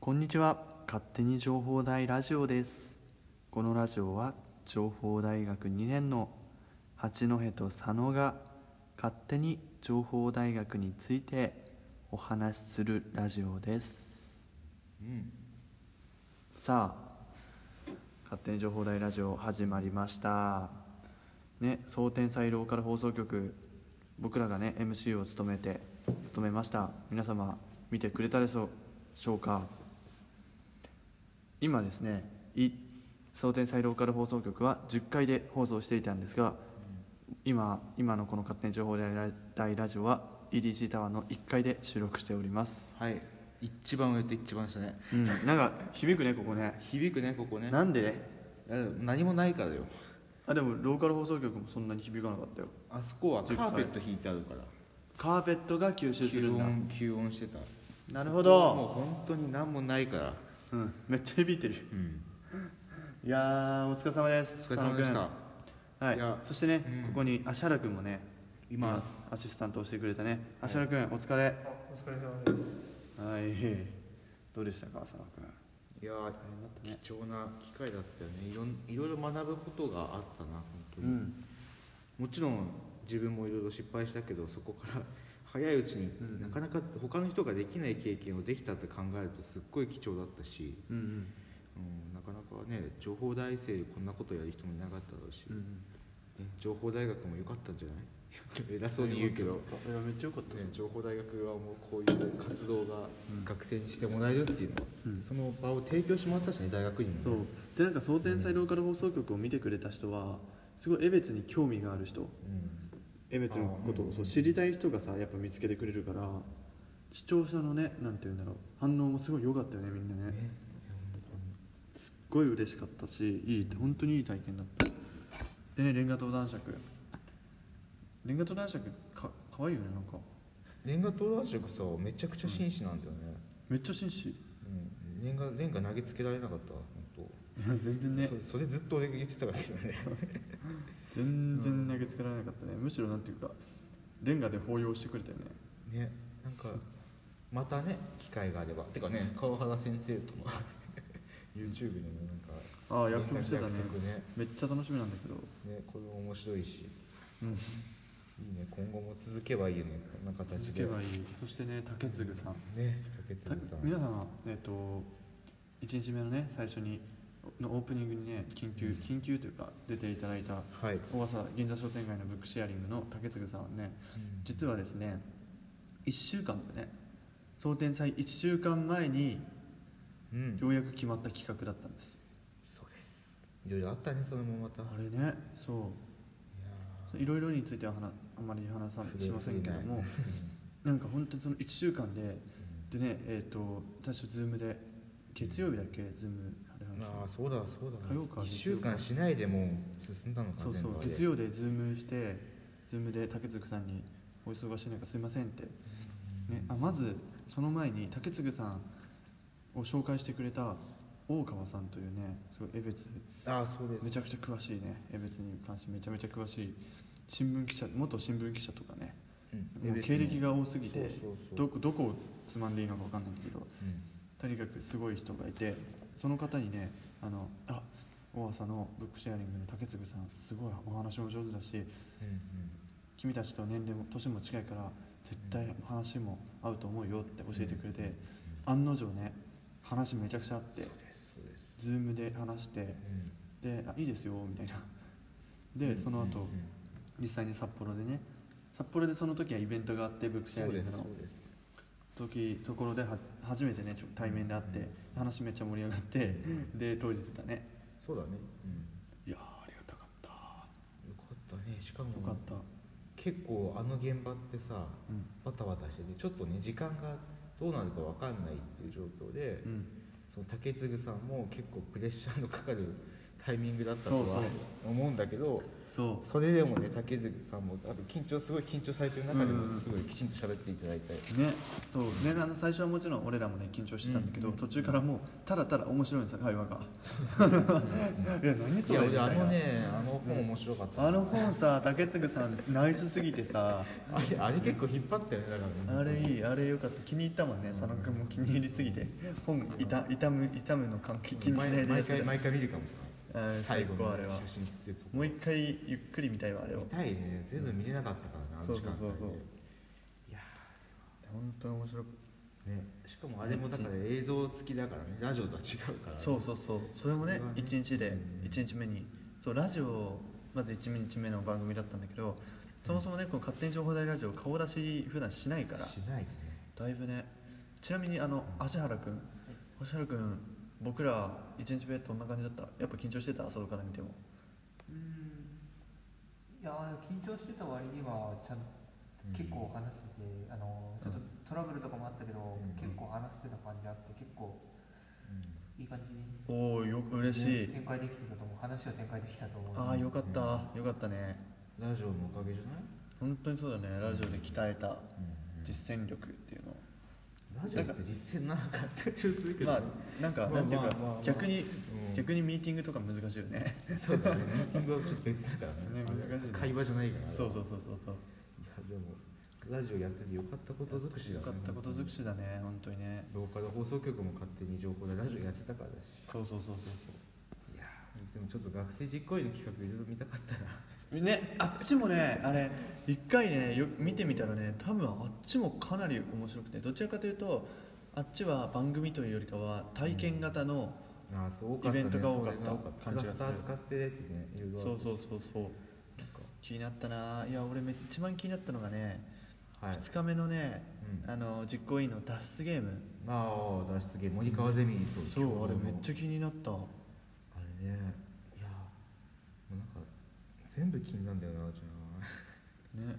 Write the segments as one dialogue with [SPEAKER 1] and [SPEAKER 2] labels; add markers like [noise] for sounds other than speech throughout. [SPEAKER 1] こんにちは勝手に情報大ラジオですこのラジオは情報大学2年の八戸と佐野が勝手に情報大学についてお話しするラジオです
[SPEAKER 2] うん、
[SPEAKER 1] さあ勝手に情報大ラジオ始まりましたね蒼天才ローカル放送局僕らがね MC を務めて務めました皆様見てくれたでしょうか今ですねい蒼天才ローカル放送局は10回で放送していたんですが今今のこの勝手に情報大ラ大ラジオは EDC タワーの1階で収録しております
[SPEAKER 2] はい一番上と一番下ね
[SPEAKER 1] うんなんか響くねここね
[SPEAKER 2] 響くねここね
[SPEAKER 1] なんでね
[SPEAKER 2] いやでも何もないからよ
[SPEAKER 1] あでもローカル放送局もそんなに響かなかったよ
[SPEAKER 2] あそこはカーペット引いてあるから
[SPEAKER 1] カーペットが吸収する
[SPEAKER 2] 吸
[SPEAKER 1] んだ
[SPEAKER 2] 音吸音してた
[SPEAKER 1] なるほ
[SPEAKER 2] もう
[SPEAKER 1] ど、
[SPEAKER 2] 本当に何もないから
[SPEAKER 1] うん、めっちゃ響いてる
[SPEAKER 2] うん
[SPEAKER 1] いやーお疲れ様で
[SPEAKER 2] お
[SPEAKER 1] す
[SPEAKER 2] 疲れ様でし
[SPEAKER 1] 佐野君
[SPEAKER 2] た
[SPEAKER 1] はい
[SPEAKER 2] いや
[SPEAKER 1] そしてね、こ
[SPEAKER 2] うん
[SPEAKER 1] こに芦原君もね
[SPEAKER 2] います
[SPEAKER 1] アシスタントをしてくれたね芦原君、お疲れ
[SPEAKER 3] お疲れ様です。
[SPEAKER 1] はいどうでしたか佐野君
[SPEAKER 2] いやー貴重な機会だったよねいろんいろいろ学ぶことがあったな本当
[SPEAKER 1] う
[SPEAKER 2] に、
[SPEAKER 1] ん
[SPEAKER 2] もちろん自分もいろいろ失敗したけどそこから [laughs] 早いうちに、
[SPEAKER 1] うん
[SPEAKER 2] なかなか他の人ができない経験をできたって考えるとすっごい貴重だったし、
[SPEAKER 1] うんうん
[SPEAKER 2] うん、なかなかね情報大生でこんなことやる人もいなかっただろうし、
[SPEAKER 1] うんうん
[SPEAKER 2] ね情報大学も良かったんじゃない [laughs] 偉そうに言うけど、ね、
[SPEAKER 1] いやめっちゃよかった、
[SPEAKER 2] 情報大学はもうこういう活動が学生にしてもらえるっていうのは、
[SPEAKER 1] うん
[SPEAKER 2] その場を提供してもらったしね大学にもね
[SPEAKER 1] そうでなんか蒼天祭ローカル放送局を見てくれた人はすごい江別に興味がある人
[SPEAKER 2] うん
[SPEAKER 1] 江別のこと
[SPEAKER 2] あ
[SPEAKER 1] を
[SPEAKER 2] ー
[SPEAKER 1] そう知りたい人がさやっぱ見つけてくれるから視聴者のねなんて言うんだろう反応もすごい良かったよねみんなね
[SPEAKER 2] ね
[SPEAKER 1] すっごい嬉しかったしいい本当にいい体験だったでねレンガ灯男爵レンガ灯男爵かかわいいよねなんか
[SPEAKER 2] 年賀東大塾さめちゃくちゃ紳士なんだよね、
[SPEAKER 1] めっちゃ紳士
[SPEAKER 2] うん年賀年賀投げつけられなかった本
[SPEAKER 1] 全然
[SPEAKER 2] 当、
[SPEAKER 1] ね
[SPEAKER 2] そそれずっと俺が言ってたからね
[SPEAKER 1] 全然投げつけられなかったねむしろなんていうかレンガで抱擁してくれたよね
[SPEAKER 2] ねなんかまたね機会があればてかね川原先生とも [laughs] YouTube でもなんか
[SPEAKER 1] ああ約束してたね
[SPEAKER 2] 約束ね
[SPEAKER 1] めっちゃ楽しみなんだけど
[SPEAKER 2] ねこれも面白いしいい
[SPEAKER 1] うん
[SPEAKER 2] ね今後も続けばいいよねこんな形で
[SPEAKER 1] 続けばいいそしてね竹次さん
[SPEAKER 2] ね竹
[SPEAKER 1] た
[SPEAKER 2] 次さん
[SPEAKER 1] 皆さんはえっ、と1日目のね最初にのオープニングにね緊急緊急というか出ていただいた
[SPEAKER 2] はい、うん
[SPEAKER 1] 大浅銀座商店街のブックシェアリングの竹次さんはね実はですね1週間でね蒼天祭1週間前に
[SPEAKER 2] うん
[SPEAKER 1] ようやく決まった企画だったんです、
[SPEAKER 2] そうですいろいろあったねそれもまたい
[SPEAKER 1] あれねそう
[SPEAKER 2] や
[SPEAKER 1] いろいろについては話あんまり話さ
[SPEAKER 2] ー
[SPEAKER 1] しませんけどもなんか本当にその1週間ででねえっ、と最初ズームで月曜日だっけズームあれなんですよ
[SPEAKER 2] ああそうだそうだ
[SPEAKER 1] 火曜か
[SPEAKER 2] 1週間しないでもう進んだのか
[SPEAKER 1] そうそ
[SPEAKER 2] 全部
[SPEAKER 1] う
[SPEAKER 2] あれ
[SPEAKER 1] 月曜でズームしてズームで竹次さんに「お忙しい中すいません」って、ね、あまずその前に竹次さんを紹介してくれた大川さんというねすごい江別
[SPEAKER 2] ああそうです
[SPEAKER 1] めちゃくちゃ詳しいね江別に関してめちゃめちゃ詳しい新聞記者元新聞記者とかね
[SPEAKER 2] うん
[SPEAKER 1] もう経歴が多すぎて
[SPEAKER 2] そうそうそう
[SPEAKER 1] どこどこをつまんでいいのか分かんないんだけどとにかくすごい人がいてその方にねあのあ大朝のブックシェアリングの竹次さんすごいお話も上手だし
[SPEAKER 2] うんうん
[SPEAKER 1] 君たちと年齢も年も近いから絶対話も合うと思うよって教えてくれて、案の定ね話めちゃくちゃあって
[SPEAKER 2] そうですそうです
[SPEAKER 1] ズームで話して
[SPEAKER 2] うん
[SPEAKER 1] であいいですよみたいなでその後、
[SPEAKER 2] うんうんうん
[SPEAKER 1] 実際に札幌でね札幌でその時はイベントがあってブックシェア
[SPEAKER 2] そう
[SPEAKER 1] リン
[SPEAKER 2] で
[SPEAKER 1] グ
[SPEAKER 2] すそ
[SPEAKER 1] の
[SPEAKER 2] うです
[SPEAKER 1] 時ところでは初めてねちょ対面で会って話めっちゃ盛り上がってで当日だね
[SPEAKER 2] そうだね
[SPEAKER 1] いやーありがたかったよ
[SPEAKER 2] うんよかったねしかも
[SPEAKER 1] かった
[SPEAKER 2] 結構あの現場ってさ
[SPEAKER 1] うん
[SPEAKER 2] バタバタしててちょっとね時間がどうなるかわかんないっていう状況で
[SPEAKER 1] うん
[SPEAKER 2] その竹次さんも結構プレッシャーのかかるタイミングだったと
[SPEAKER 1] そう
[SPEAKER 2] は思うんだけど
[SPEAKER 1] そ
[SPEAKER 2] それでもね竹月さんも多分緊張すごい緊張されてる中で
[SPEAKER 1] うんうん
[SPEAKER 2] もすごいきちんと喋っていただいて、
[SPEAKER 1] うねそうねあの最初はもちろん俺らもね緊張してたんだけど、
[SPEAKER 2] うん
[SPEAKER 1] 途中からもうただただ面白いんですよ会話
[SPEAKER 2] [laughs]
[SPEAKER 1] がいや何そ
[SPEAKER 2] い
[SPEAKER 1] れみたい
[SPEAKER 2] や俺
[SPEAKER 1] な
[SPEAKER 2] あのねあの本面白かったな、
[SPEAKER 1] あの本さ竹次さんナイスすぎてさ
[SPEAKER 2] あれあれ結構引っ張ったよねだからね
[SPEAKER 1] あれいいあれよかった気に入ったもんね佐野君も気に入りすぎて本いた痛む痛むの関係気にしないでや
[SPEAKER 2] 毎毎
[SPEAKER 1] つだ
[SPEAKER 2] 回毎回見るかもしれ
[SPEAKER 1] あ
[SPEAKER 2] な
[SPEAKER 1] ー
[SPEAKER 2] い最後の
[SPEAKER 1] 最高あれは
[SPEAKER 2] 写真つってるとこ
[SPEAKER 1] もう一回ゆっくり見たいわあれを
[SPEAKER 2] 見たいね全部見れなかったからな、あの時間帯
[SPEAKER 1] そ
[SPEAKER 2] で
[SPEAKER 1] うそうそうそう
[SPEAKER 2] いや
[SPEAKER 1] 本当に面白く
[SPEAKER 2] ーねしかもあれもだから映像付きだからねラジオとは違うから、ね、
[SPEAKER 1] そうそうそうそれもね
[SPEAKER 2] それはね
[SPEAKER 1] 一日で
[SPEAKER 2] うん
[SPEAKER 1] 一日目にそうラジオまず一日目の番組だったんだけどそもそもねこの勝手に情報大ラジオ顔出し普段しないから
[SPEAKER 2] しないね
[SPEAKER 1] だいぶねちなみにあの芦原君芦原君僕ら一日目どんな感じだったやっぱ緊張してたそれから見ても
[SPEAKER 3] うんいや緊張してた割にはちゃん
[SPEAKER 2] うん
[SPEAKER 3] 結構話してて、あのちょっとトラブルとかもあったけど、
[SPEAKER 2] ん
[SPEAKER 3] 結構話してた感じあって結構いい感じに、
[SPEAKER 1] おおよく嬉しい
[SPEAKER 3] 展開できてたと思う話を展開できたと思う
[SPEAKER 1] ああよかったよかったね
[SPEAKER 2] ラジオのおかげじゃない、
[SPEAKER 1] 本当にそうだねラジオで鍛えた
[SPEAKER 2] うん
[SPEAKER 1] 実践力っていうのを
[SPEAKER 2] ラジオって実践なのかって気がするけど、
[SPEAKER 1] まあなんか
[SPEAKER 2] ま
[SPEAKER 1] な
[SPEAKER 2] あ
[SPEAKER 1] んていうか
[SPEAKER 2] まあまあまあ
[SPEAKER 1] 逆に
[SPEAKER 2] うん
[SPEAKER 1] 逆にミーティングとか難しいよね
[SPEAKER 2] そうだねミーティングはちょっと別だから
[SPEAKER 1] [laughs]
[SPEAKER 2] ね
[SPEAKER 1] ね難しいね
[SPEAKER 2] 会話じゃないから
[SPEAKER 1] そうそううそうそうそう
[SPEAKER 2] いやでもラジオやっててよかったこと尽くし
[SPEAKER 1] よ
[SPEAKER 2] だね
[SPEAKER 1] かったこと尽くしだね本当にね
[SPEAKER 2] ローカル放送局も勝手に情報でラジオやってたからだし
[SPEAKER 1] そうそうそうそう
[SPEAKER 2] いやーでもちょっと学生実行委員の企画いろいろ見たかったな
[SPEAKER 1] そうねあっちもねあれ一回ねよ見てみたらね多分あっちもかなり面白くてどちらかというとあっちは番組というよりかは体験型の、
[SPEAKER 2] [laughs] あーそう多かった、ね、
[SPEAKER 1] イベントが多かった
[SPEAKER 2] それ
[SPEAKER 1] 感じがする
[SPEAKER 2] クラスター使ってってねいろいろ
[SPEAKER 1] そうそううそうそう気になったないや俺め一番気になったのがね、
[SPEAKER 2] はい
[SPEAKER 1] 2日目のね、
[SPEAKER 2] うん
[SPEAKER 1] あの実行委員の脱出ゲーム
[SPEAKER 2] ああ脱出ゲーム森川ゼミと
[SPEAKER 1] そうあれめっちゃ
[SPEAKER 2] ゃ
[SPEAKER 1] 気になった
[SPEAKER 2] あれねいやーもうなんか全部気になるんだよなうちな
[SPEAKER 1] ね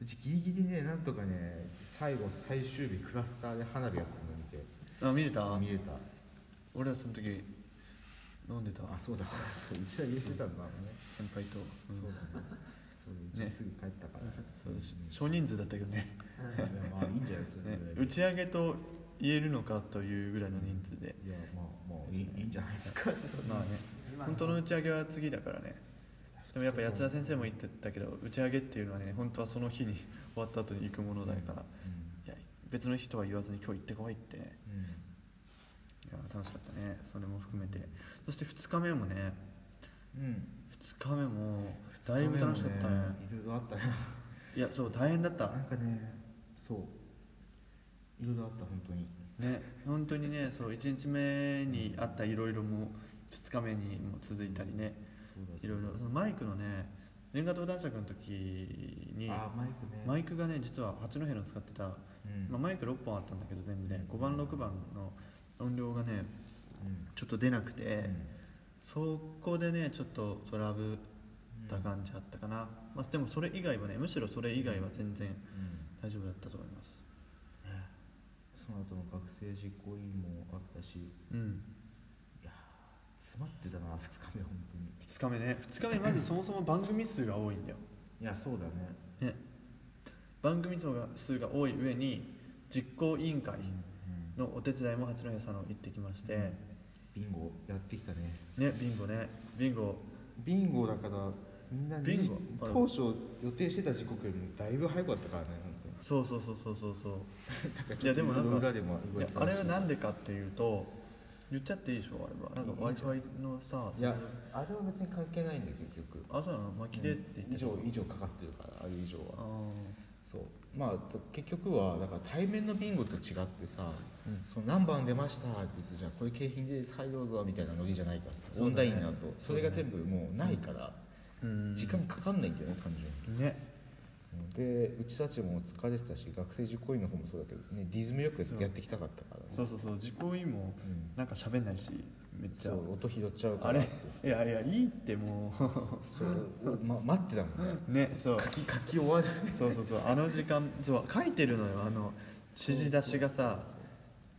[SPEAKER 2] うちギリギリねなんとかね最後最終日クラスターで花火やってるの見て
[SPEAKER 1] あ見れた
[SPEAKER 2] 見えた
[SPEAKER 1] 俺らその時飲んでた
[SPEAKER 2] あそうだそううちは家してたんだもんね、
[SPEAKER 1] 先輩と、うん
[SPEAKER 2] そうだねそうう
[SPEAKER 1] ね
[SPEAKER 2] ちすぐ帰ったから、
[SPEAKER 1] そうし少人数だったけどね
[SPEAKER 2] いやまあいいんじゃないです
[SPEAKER 1] ね
[SPEAKER 2] か、それぐらいで
[SPEAKER 1] 打ち上げと言えるのかというぐらいの人数で
[SPEAKER 2] いやまあまあいいいいんじゃないですか
[SPEAKER 1] まあね本当の打ち上げは次だからねでもやっぱ安田先生も言ってたけど打ち上げっていうのはね本当はその日に [laughs] 終わった後に行くものだから、
[SPEAKER 2] うん
[SPEAKER 1] いや別の人は言わずに今日行ってこいってね
[SPEAKER 2] うん
[SPEAKER 1] いや楽しかったねそれも含めてそして2日目もね
[SPEAKER 2] うん、
[SPEAKER 1] 2日目もだいぶ楽しかったね
[SPEAKER 2] いろいろあったね
[SPEAKER 1] いやそう大変だった
[SPEAKER 2] なんかねそういろいろあった本当に
[SPEAKER 1] ね本当にねそう1日目にあったいろいろも2日目にも続いたりね
[SPEAKER 2] そうだ
[SPEAKER 1] いろいろそのマイクのね年賀登壇者の時に
[SPEAKER 2] あマイクね
[SPEAKER 1] マイクがね実は八戸の使ってた、
[SPEAKER 2] うん
[SPEAKER 1] まあ、マイク6本あったんだけど全部で5番6番の音量がね
[SPEAKER 2] うん
[SPEAKER 1] ちょっと出なくて、
[SPEAKER 2] うん
[SPEAKER 1] そこでねちょっとトラブった感じあったかな、まあ、でもそれ以外はねむしろそれ以外は全然
[SPEAKER 2] うん
[SPEAKER 1] 大丈夫だったと思います
[SPEAKER 2] その後の学生実行委員もあったしい
[SPEAKER 1] うん
[SPEAKER 2] やー詰まってたな2日目本当に
[SPEAKER 1] 2日目ね2日目まずそもそも番組数が多いんだよ
[SPEAKER 2] いやそうだね
[SPEAKER 1] ね番組数が数が多い上に実行委員会
[SPEAKER 2] うん
[SPEAKER 1] のお手伝いも八戸さんの方行ってきまして、
[SPEAKER 2] ビンゴやってきたね
[SPEAKER 1] ねビンゴねビンゴ
[SPEAKER 2] ビンゴだからみんな
[SPEAKER 1] ビンゴ
[SPEAKER 2] 当初予定してた時刻よりもだいぶ早かったからね
[SPEAKER 1] そうそうそうそうそうそう
[SPEAKER 2] 本当に
[SPEAKER 1] いやでもなんか
[SPEAKER 2] 裏でも
[SPEAKER 1] い
[SPEAKER 2] 動い
[SPEAKER 1] や
[SPEAKER 2] てた
[SPEAKER 1] あ
[SPEAKER 2] し
[SPEAKER 1] れはなんでかっていうと言っちゃっていいでしょあれはなんか w i f i のさ
[SPEAKER 2] いやあれは別に関係ないんだよ結局
[SPEAKER 1] あそうなの巻きでって言って
[SPEAKER 2] 以
[SPEAKER 1] た
[SPEAKER 2] 上以上かかってるからあれ以上
[SPEAKER 1] あ
[SPEAKER 2] はそうまあと結局はだから対面のビンゴと違ってさ、
[SPEAKER 1] うん
[SPEAKER 2] その何番出ましたって言ってじゃあこれ景品ですはいどうぞみたいなノリじゃないからさ
[SPEAKER 1] そ
[SPEAKER 2] オ
[SPEAKER 1] う
[SPEAKER 2] ン
[SPEAKER 1] だ
[SPEAKER 2] ラ
[SPEAKER 1] ね
[SPEAKER 2] インだとそれが全部もうないから、
[SPEAKER 1] ーうん
[SPEAKER 2] 時間かかんないんだよね単純に。
[SPEAKER 1] ね
[SPEAKER 2] でうちたちも疲れてたし学生実行委員の方もそうだけど、ね、リズムよくやってきたかったからね、
[SPEAKER 1] そうそうそう実行委員も
[SPEAKER 2] うん
[SPEAKER 1] なんか喋んないしめっちゃ
[SPEAKER 2] そう音拾っちゃう
[SPEAKER 1] あ
[SPEAKER 2] か
[SPEAKER 1] れ
[SPEAKER 2] らって
[SPEAKER 1] いやいやいいっても
[SPEAKER 2] そう、お [laughs] ま、待ってたもん
[SPEAKER 1] [laughs]
[SPEAKER 2] ね
[SPEAKER 1] う [laughs] ねそう
[SPEAKER 2] 書き書き終わる
[SPEAKER 1] そうそうそうあの時間そう書いてるのよあの指示出しがさ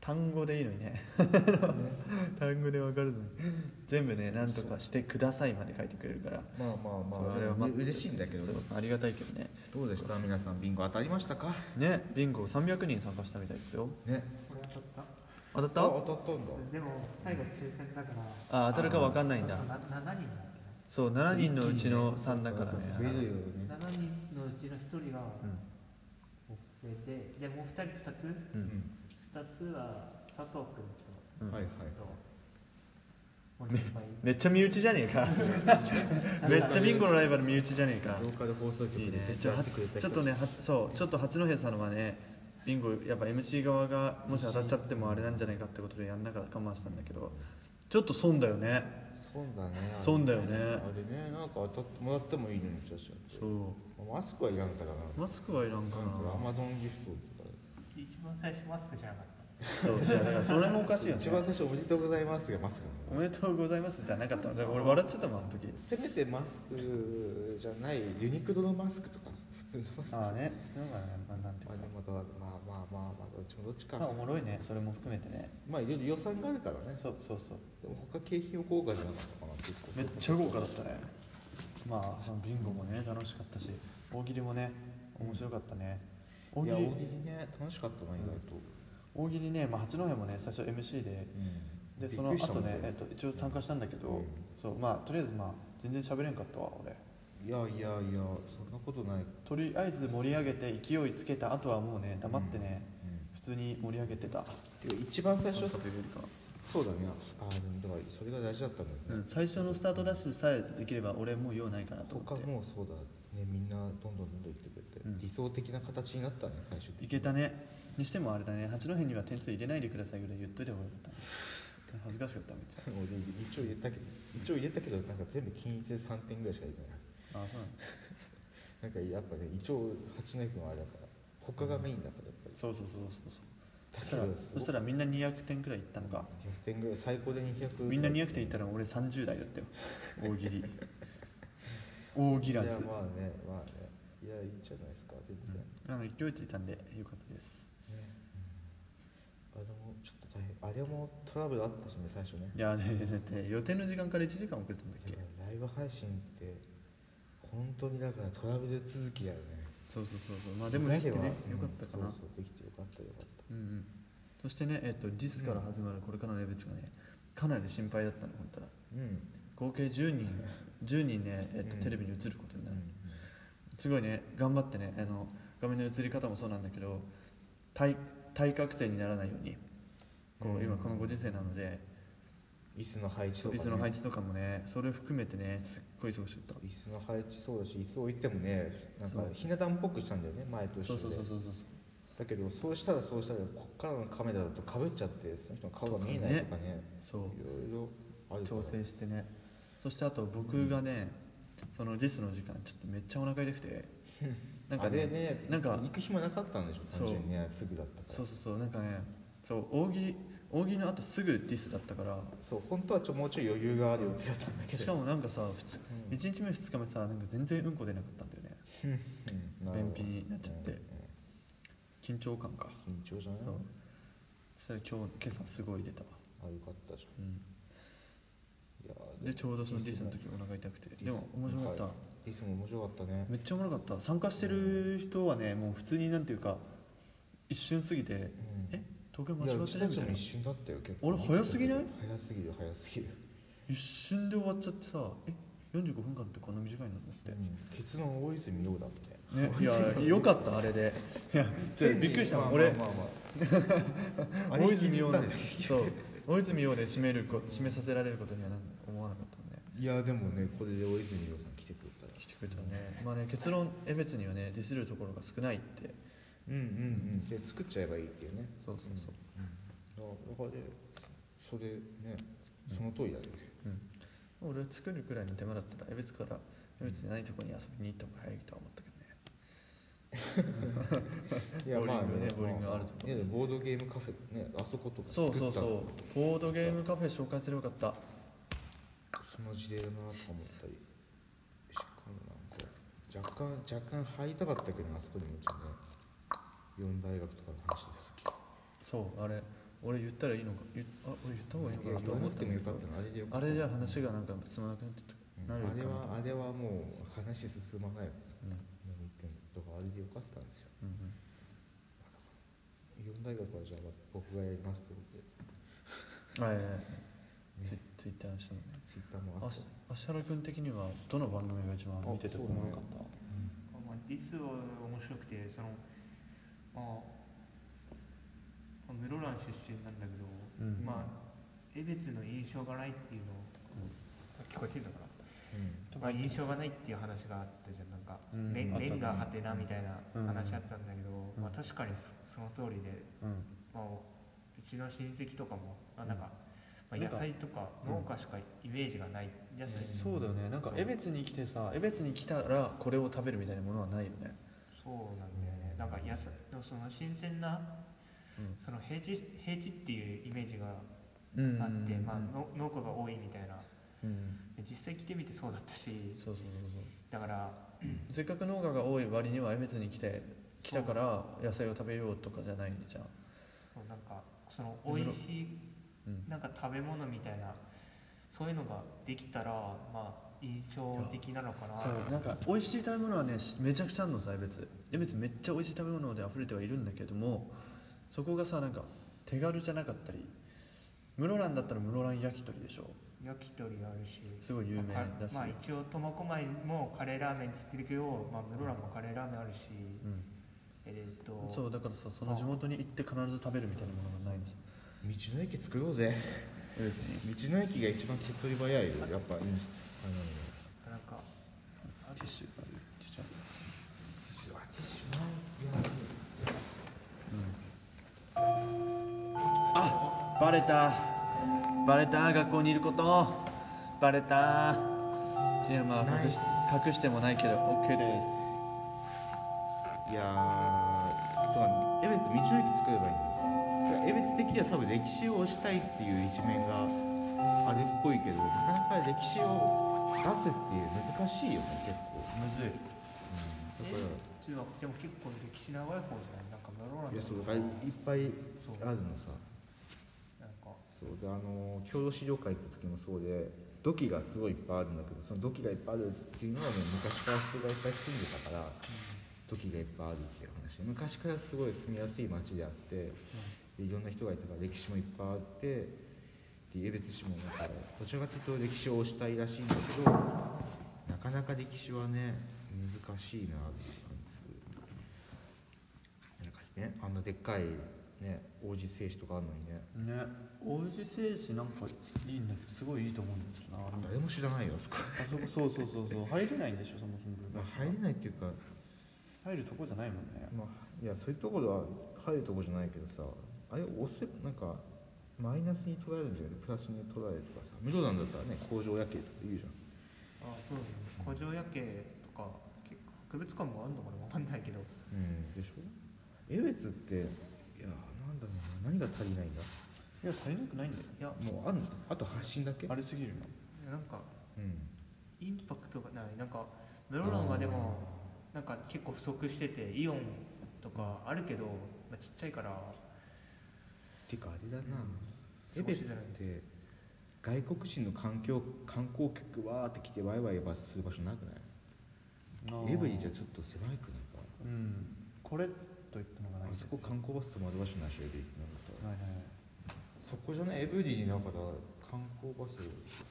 [SPEAKER 1] 単語でいいのにね [laughs] 単語で分かるのに全部ね「なんとかしてください」まで書いてくれるから
[SPEAKER 2] まあまあ
[SPEAKER 1] そう
[SPEAKER 2] まあ
[SPEAKER 1] あれはま
[SPEAKER 2] まあ嬉しいんだけど
[SPEAKER 1] そうありがたいけどね
[SPEAKER 2] どうでした皆さんビンゴ当たりましたか
[SPEAKER 1] ねビンゴ300人参加したみたいですよ
[SPEAKER 2] ね
[SPEAKER 3] これ当たっ
[SPEAKER 1] 当た
[SPEAKER 2] あ
[SPEAKER 1] った
[SPEAKER 2] 当たったんだ
[SPEAKER 3] たでも最後抽選だから
[SPEAKER 1] あ当たるか分かんないんだ
[SPEAKER 3] そうな7人だっ
[SPEAKER 1] そう7人のうちの3だから
[SPEAKER 2] 増
[SPEAKER 1] ね
[SPEAKER 2] えるよ
[SPEAKER 3] け
[SPEAKER 2] ね
[SPEAKER 3] な7人のうちの1人が
[SPEAKER 1] うん
[SPEAKER 3] 遅れてでもう2人2つ
[SPEAKER 1] う
[SPEAKER 2] うんん
[SPEAKER 3] 2つは佐藤君
[SPEAKER 1] う
[SPEAKER 2] はい
[SPEAKER 1] ん
[SPEAKER 2] はい
[SPEAKER 3] と森先輩
[SPEAKER 1] めっちゃ身内じゃねえ [laughs] か [laughs] めっちゃビンゴのライバル身内じゃねえか
[SPEAKER 2] ローカル放送局
[SPEAKER 1] いい
[SPEAKER 2] で
[SPEAKER 1] ね
[SPEAKER 2] 手伝ってくれ
[SPEAKER 1] ち
[SPEAKER 2] た人
[SPEAKER 1] ょっとねはそうちょっと八戸さんはねビンゴやっぱ MC 側がもし当たっちゃってもあれなんじゃないかってことでやんなかった我慢したんだけどちょっと損だよね
[SPEAKER 2] 損だねあれ
[SPEAKER 1] 損だよね
[SPEAKER 2] あれねなんか当たってもらってもいいのに写真
[SPEAKER 1] そ
[SPEAKER 2] マスクはいらんからな
[SPEAKER 1] うマスクはいらんか
[SPEAKER 2] なんか
[SPEAKER 1] な
[SPEAKER 2] アマゾンギフトとか
[SPEAKER 3] 一番最初マスクじゃなかった
[SPEAKER 1] そうじゃあだからそれもおかしいよね
[SPEAKER 2] 一番最初「おめでとうございます」がマスク
[SPEAKER 1] お
[SPEAKER 2] なの
[SPEAKER 1] めでとうございますじゃなかったのだから俺笑っちゃったもんあの時
[SPEAKER 2] せめてマスクじゃないユニクロのマスクとか普通のマスク
[SPEAKER 1] ああねそういうのがねまあなんていう
[SPEAKER 2] ま
[SPEAKER 1] か
[SPEAKER 2] あで
[SPEAKER 1] ね
[SPEAKER 2] もまあまあまあまあどっちもどっちか
[SPEAKER 1] まあおもろいねそれも含めてね
[SPEAKER 2] まあいろいろ予算があるからね
[SPEAKER 1] そうそうそう
[SPEAKER 2] でも他景品を豪華じゃなかったかな結構
[SPEAKER 1] めっちゃ豪華だったねまあそのビンゴもね楽しかったし大喜利もね面白かったね大
[SPEAKER 2] い
[SPEAKER 1] 喜
[SPEAKER 2] や大
[SPEAKER 1] 利
[SPEAKER 2] 喜利ね楽しかったな意外と、
[SPEAKER 1] 大喜利ね、まあ、八戸もね最初 MC で
[SPEAKER 2] う
[SPEAKER 1] で
[SPEAKER 2] ん
[SPEAKER 1] その
[SPEAKER 2] びっくりした
[SPEAKER 1] 後
[SPEAKER 2] もん
[SPEAKER 1] ね、えっと、一応参加したんだけど、
[SPEAKER 2] うん
[SPEAKER 1] そうまあとりあえずまあ全然喋れんかったわ俺
[SPEAKER 2] いやいやいやそんなことない、
[SPEAKER 1] とりあえず盛り上げて勢いつけた後はもうね黙ってね、
[SPEAKER 2] う
[SPEAKER 1] 普通に盛り上げてた
[SPEAKER 2] ん、一番最初
[SPEAKER 1] というよりかは
[SPEAKER 2] そうだねああでもだからそれが大事だったんだ
[SPEAKER 1] う
[SPEAKER 2] よね
[SPEAKER 1] ん、最初のスタートダッシュさえできれば俺もう用ないかなと
[SPEAKER 2] とか
[SPEAKER 1] 思って
[SPEAKER 2] もうそうだねみんなどんどんどんどん言ってくれて、
[SPEAKER 1] うん
[SPEAKER 2] 理想的な形になったね最初
[SPEAKER 1] いけたねにしてもあれだね八戸には点数入れないでくださいぐらい言っといた方がよかったね恥ずかしかっためっちゃ
[SPEAKER 2] 俺一応入れたけど一応入れたけどなんか全部均一で3点ぐらいしか入れないは
[SPEAKER 1] あ
[SPEAKER 2] ず
[SPEAKER 1] そうなんだ
[SPEAKER 2] なんかやっぱね一応八戸君はあれだから他がメインだからやっぱり
[SPEAKER 1] そうそうそうそうそうそし
[SPEAKER 2] だ
[SPEAKER 1] た
[SPEAKER 2] け
[SPEAKER 1] ら
[SPEAKER 2] どすご
[SPEAKER 1] そし
[SPEAKER 2] い
[SPEAKER 1] たらみんな200点くらいいったのか
[SPEAKER 2] 100点ぐらい最高で200
[SPEAKER 1] みんな200点いったら俺30代だったよ大喜利大喜
[SPEAKER 2] いや
[SPEAKER 1] ら
[SPEAKER 2] まあ
[SPEAKER 1] ず
[SPEAKER 2] ねまあねいやいいじゃないですか全然、
[SPEAKER 1] あの勢いついたんでよかったです
[SPEAKER 2] ねあれもちょっと大変あれもトラブルあったしね最初ね
[SPEAKER 1] いやねだって予定の時間から1時間遅れたんだっけ
[SPEAKER 2] だからライブ配信って本当にだからトラブル続きだよね
[SPEAKER 1] そうそうそうそうまあでもできて
[SPEAKER 2] 裏
[SPEAKER 1] ね
[SPEAKER 2] はうん
[SPEAKER 1] よかったかな
[SPEAKER 2] そうそうできてよかったよかった
[SPEAKER 1] うんうんそしてねえっとディスから始まるこれからのレベチがねかなり心配だったの本当は
[SPEAKER 2] うん
[SPEAKER 1] 合計10人10人ねえっと
[SPEAKER 2] うん
[SPEAKER 1] テレビに映ることにな
[SPEAKER 2] う
[SPEAKER 1] る
[SPEAKER 2] ん
[SPEAKER 1] すごいね頑張ってねあの画面の映り方もそうなんだけど対対角線にならないようにこ
[SPEAKER 2] う
[SPEAKER 1] うん今このご時世なので、
[SPEAKER 2] 椅子の配置
[SPEAKER 1] そ
[SPEAKER 2] と
[SPEAKER 1] う
[SPEAKER 2] か、ね、
[SPEAKER 1] 椅子の配置とかもねそれ含めてねすっごい忙しかった
[SPEAKER 2] 椅子の配置そうだし椅子置いてもねなんか
[SPEAKER 1] そう
[SPEAKER 2] ひな壇っぽくしたんだよね前と一緒
[SPEAKER 1] そう
[SPEAKER 2] で
[SPEAKER 1] そうそうそうそう
[SPEAKER 2] だけどそうしたらそうしたらこっからのカメラだとかぶっちゃってその人の顔が見えないとかね
[SPEAKER 1] そう
[SPEAKER 2] いろいろあるか
[SPEAKER 1] 調
[SPEAKER 2] ら
[SPEAKER 1] 整してねそしてあと僕がね、そのディスの時間ちょっとめっちゃお腹痛くてなんか
[SPEAKER 2] あ
[SPEAKER 1] ね
[SPEAKER 2] れね
[SPEAKER 1] なんか
[SPEAKER 2] 行く暇なかったんでしょ
[SPEAKER 1] そう
[SPEAKER 2] 単純にねすぐだったから
[SPEAKER 1] そうそうそうなんかねそう大喜利大喜利の後すぐディスだったから
[SPEAKER 2] そう本当はちょもうちょい余裕がある予定だったんだけど
[SPEAKER 1] しかもなんかさ普通
[SPEAKER 2] うん
[SPEAKER 1] 1日目2日目さなんか全然うんこ出なかったんだよね
[SPEAKER 2] うんなるほど
[SPEAKER 1] 便秘になっちゃって
[SPEAKER 2] うん
[SPEAKER 1] 緊張感か
[SPEAKER 2] うん緊張じゃない
[SPEAKER 1] そうそしたら今日今朝すごい出たわ、
[SPEAKER 2] あよかったじ
[SPEAKER 1] うん
[SPEAKER 2] ゃんいや
[SPEAKER 1] でちょうどそのディスの時お腹痛くてでも面白かった、
[SPEAKER 2] いつも面白かったね
[SPEAKER 1] めっちゃおもろかった参加してる人はねもう普通になんていうか一瞬過ぎて「え東京
[SPEAKER 2] うんい
[SPEAKER 1] 間
[SPEAKER 2] や
[SPEAKER 1] 違
[SPEAKER 2] う
[SPEAKER 1] って
[SPEAKER 2] ち
[SPEAKER 1] る?」
[SPEAKER 2] た
[SPEAKER 1] み
[SPEAKER 2] ち
[SPEAKER 1] たい
[SPEAKER 2] も
[SPEAKER 1] な
[SPEAKER 2] 一瞬だったよ結
[SPEAKER 1] あれ早すぎない
[SPEAKER 2] 早すぎる早すぎる
[SPEAKER 1] 一瞬で終わっちゃってさ「え45分間ってこんな短いの?」と思って
[SPEAKER 2] う。ん結論大泉洋だもんね
[SPEAKER 1] ね、いやよかったあれでいやちょびっくりしたもん
[SPEAKER 2] [laughs]
[SPEAKER 1] 俺
[SPEAKER 2] まあまあまああれ
[SPEAKER 1] 大泉洋
[SPEAKER 2] 引
[SPEAKER 1] で
[SPEAKER 2] きずったね
[SPEAKER 1] そう大泉洋で締めるこ締めさせられることにはなん思わなかったもんね
[SPEAKER 2] いやでもねこれで大泉洋さん来てくれたら
[SPEAKER 1] 来てくれたねまあね結論江別にはねディスるところが少ないって
[SPEAKER 2] うんうんうんで作っちゃえばいいっていうね
[SPEAKER 1] そうそうそう、
[SPEAKER 2] うんうん、あだからそれねその通りだよね、
[SPEAKER 1] うん、俺作るくらいの手間だったら江別から江別じゃないところに遊びに行った方が早いとは思ったけどね
[SPEAKER 2] いや
[SPEAKER 1] ボウリングね
[SPEAKER 2] ま
[SPEAKER 1] ボウリングあるとこ
[SPEAKER 2] いやでもボードゲームカフェねあそことか
[SPEAKER 1] そう
[SPEAKER 2] 作っ
[SPEAKER 1] そ
[SPEAKER 2] た
[SPEAKER 1] うそうボードゲームカフェ紹介すればよかった
[SPEAKER 2] その事例だなとか思ったりしかもなんか若干若干入りたかったけどねあそこにもちゃね四大学とかの話です
[SPEAKER 1] そうあれ俺言ったらいいのか言っあ俺言った方がいいのか
[SPEAKER 2] いや
[SPEAKER 1] なと
[SPEAKER 2] 言わ
[SPEAKER 1] 思っ
[SPEAKER 2] なく
[SPEAKER 1] た
[SPEAKER 2] て
[SPEAKER 1] ん
[SPEAKER 2] も
[SPEAKER 1] だけど
[SPEAKER 2] よかったなあれでよか
[SPEAKER 1] あ
[SPEAKER 2] った
[SPEAKER 1] れじゃ話がなんか進まなくなってた
[SPEAKER 2] うん
[SPEAKER 1] なるか
[SPEAKER 2] あれ
[SPEAKER 1] な
[SPEAKER 2] はあれはもう話進まないよ
[SPEAKER 1] うん
[SPEAKER 2] 何言ってんのだからあれでよかったんですよ
[SPEAKER 1] うんうん
[SPEAKER 2] イオン大学はじゃあ僕がやりますってことで、
[SPEAKER 1] はいはいはいツイ
[SPEAKER 2] ね、
[SPEAKER 1] ツイッターの人のね
[SPEAKER 2] ツイッターもあ
[SPEAKER 1] あ
[SPEAKER 2] った
[SPEAKER 1] し芦原君的にはどの番組が一番見てておもろかった
[SPEAKER 2] うん
[SPEAKER 3] まあ、ディスは面白くてそのまあ室蘭出身なんだけど、
[SPEAKER 1] うん
[SPEAKER 3] まあ江別の印象がないっていうのを、聞こえてるのかな
[SPEAKER 2] うん
[SPEAKER 3] まあ、印象がないっていう話があったじゃんなんか、
[SPEAKER 1] うん
[SPEAKER 3] レン
[SPEAKER 1] あった
[SPEAKER 3] レンガ
[SPEAKER 1] あった
[SPEAKER 3] はてなみたいな
[SPEAKER 1] うん
[SPEAKER 3] 話あったんだけど、
[SPEAKER 1] うん
[SPEAKER 3] まあ、確かにそその通りで、
[SPEAKER 1] うん
[SPEAKER 3] まあ、うちの親戚とかも、まあ、なんか、まあ、
[SPEAKER 1] なん
[SPEAKER 3] 野
[SPEAKER 1] か
[SPEAKER 3] 菜とか
[SPEAKER 1] うん
[SPEAKER 3] 農家しかイメージがない野菜、
[SPEAKER 1] そうだよねなんか江別に来てさ江別に来たらこれを食べるみたいなものはないよね
[SPEAKER 3] そうなんだよねなんか野菜でもその新鮮な
[SPEAKER 1] うん
[SPEAKER 3] その平地平地っていうイメージが
[SPEAKER 1] う
[SPEAKER 3] あ
[SPEAKER 1] んうん
[SPEAKER 3] って、まあ
[SPEAKER 1] うん、
[SPEAKER 3] の農家が多いみたいな
[SPEAKER 1] うん
[SPEAKER 3] で実際来てみてそうだったし
[SPEAKER 1] そうそうそうそ
[SPEAKER 3] だから
[SPEAKER 1] うせっかく農家が多い割には江別に来て来たから野菜を食べようとかじゃないじゃん
[SPEAKER 3] そうなんかその美味しい
[SPEAKER 1] うん
[SPEAKER 3] なんか食べ物みたいなそういうのができたらまあ印象的なのかな
[SPEAKER 1] そうなんか美味しい食べ物はねしめちゃくちゃあるのさ江別江別めっちゃ美味しい食べ物で溢れてはいるんだけどもそこがさなんか手軽じゃなかったり室蘭だったら室蘭焼き鳥でしょ
[SPEAKER 3] 焼き鳥あるし
[SPEAKER 1] すごい有名
[SPEAKER 3] まあ
[SPEAKER 1] だし、
[SPEAKER 3] まあ一応苫小牧もカレーラーメンっつってるけど、まあ、室蘭もカレーラーメンあるし
[SPEAKER 1] うん、
[SPEAKER 3] えーっと
[SPEAKER 1] そうだからさその地元に行って必ず食べるみたいなものがないんですよ
[SPEAKER 2] 道の駅作ろうぜ
[SPEAKER 1] 江別に
[SPEAKER 2] 道の駅が一番手っ取り早いよやっぱいい
[SPEAKER 3] なんかあ
[SPEAKER 1] ティッシュがあるちっちゃいあバレたバレた学校にいることバレたじゃあまあ隠し隠してもないけど OK です
[SPEAKER 2] いやーとか江別道の駅作ればいいんだよ江別的には多分歴史を推したいっていう一面があれっぽいけどなかなか歴史を出すっていう難しいよね結構、
[SPEAKER 1] むずい
[SPEAKER 2] うん、だから
[SPEAKER 3] 実はでも結構歴史長い方じゃないなんか
[SPEAKER 2] いや
[SPEAKER 3] 室蘭と
[SPEAKER 2] そう
[SPEAKER 3] か
[SPEAKER 2] だからいっぱい
[SPEAKER 3] そう
[SPEAKER 2] あるのさ
[SPEAKER 3] なんか
[SPEAKER 2] そうであのー郷土資料館行った時もそうで土器がすごいいっぱいあるんだけどその土器がいっぱいあるっていうのはもう昔から人がいっぱい住んでたから土器がいっぱいあるっていう話昔からすごい住みやすい町であってでいろんな人がいたから歴史もいっぱいあってで江別市もなんかどちらかというと歴史を推したいらしいんだけどなかなか歴史はね難しいなっていう感じする。なんかね、あんなでっかい、ね、王子製紙とかあるのに
[SPEAKER 1] ね
[SPEAKER 2] ね
[SPEAKER 1] 王子製紙なんかいいんだけどすごいいいと思うんですよな
[SPEAKER 2] 誰も知らないよあそこ
[SPEAKER 1] あそこそうそうそうそう入れないんでしょそもそも
[SPEAKER 2] ま
[SPEAKER 1] 文化
[SPEAKER 2] あ
[SPEAKER 1] 市、
[SPEAKER 2] 入れないっていうか、
[SPEAKER 1] 入るとこじゃないもんね
[SPEAKER 2] まあ、いやそういうところは入るとこじゃないけどさあれ押せなんかマイナスに捉えるんじゃなくてプラスに捉えるとかさ室蘭だったらね工場夜景とか言うじゃ
[SPEAKER 3] あそうだね古城夜景とか結構博物館もあるのかなわかんないけど
[SPEAKER 2] ん、うん、でしょ江別っていやなんだろうな何が足りないんだ
[SPEAKER 1] いや足りなくないんだよ
[SPEAKER 3] いや
[SPEAKER 2] もうあんあと発信だけ
[SPEAKER 1] あれすぎるな
[SPEAKER 3] なんか
[SPEAKER 2] うん
[SPEAKER 3] インパクトがないなんか室蘭はでもなんか結構不足しててイオンとかあるけど、まあ、ちっちゃいから
[SPEAKER 2] てかあれだな
[SPEAKER 3] うん
[SPEAKER 2] 江別っ
[SPEAKER 3] 少しじゃない
[SPEAKER 2] て外国人の環境観光客わーって来てワイワイバスする場所なくないエブリじゃちょっと狭いくないか
[SPEAKER 1] うんこれと言ったのがないん
[SPEAKER 2] あ
[SPEAKER 1] だ
[SPEAKER 2] そ
[SPEAKER 1] よ
[SPEAKER 2] こ観光バス止まる場所ないでしょエブリってなると
[SPEAKER 1] はいはいはい
[SPEAKER 2] そこじゃないエブリになんかだ観光バス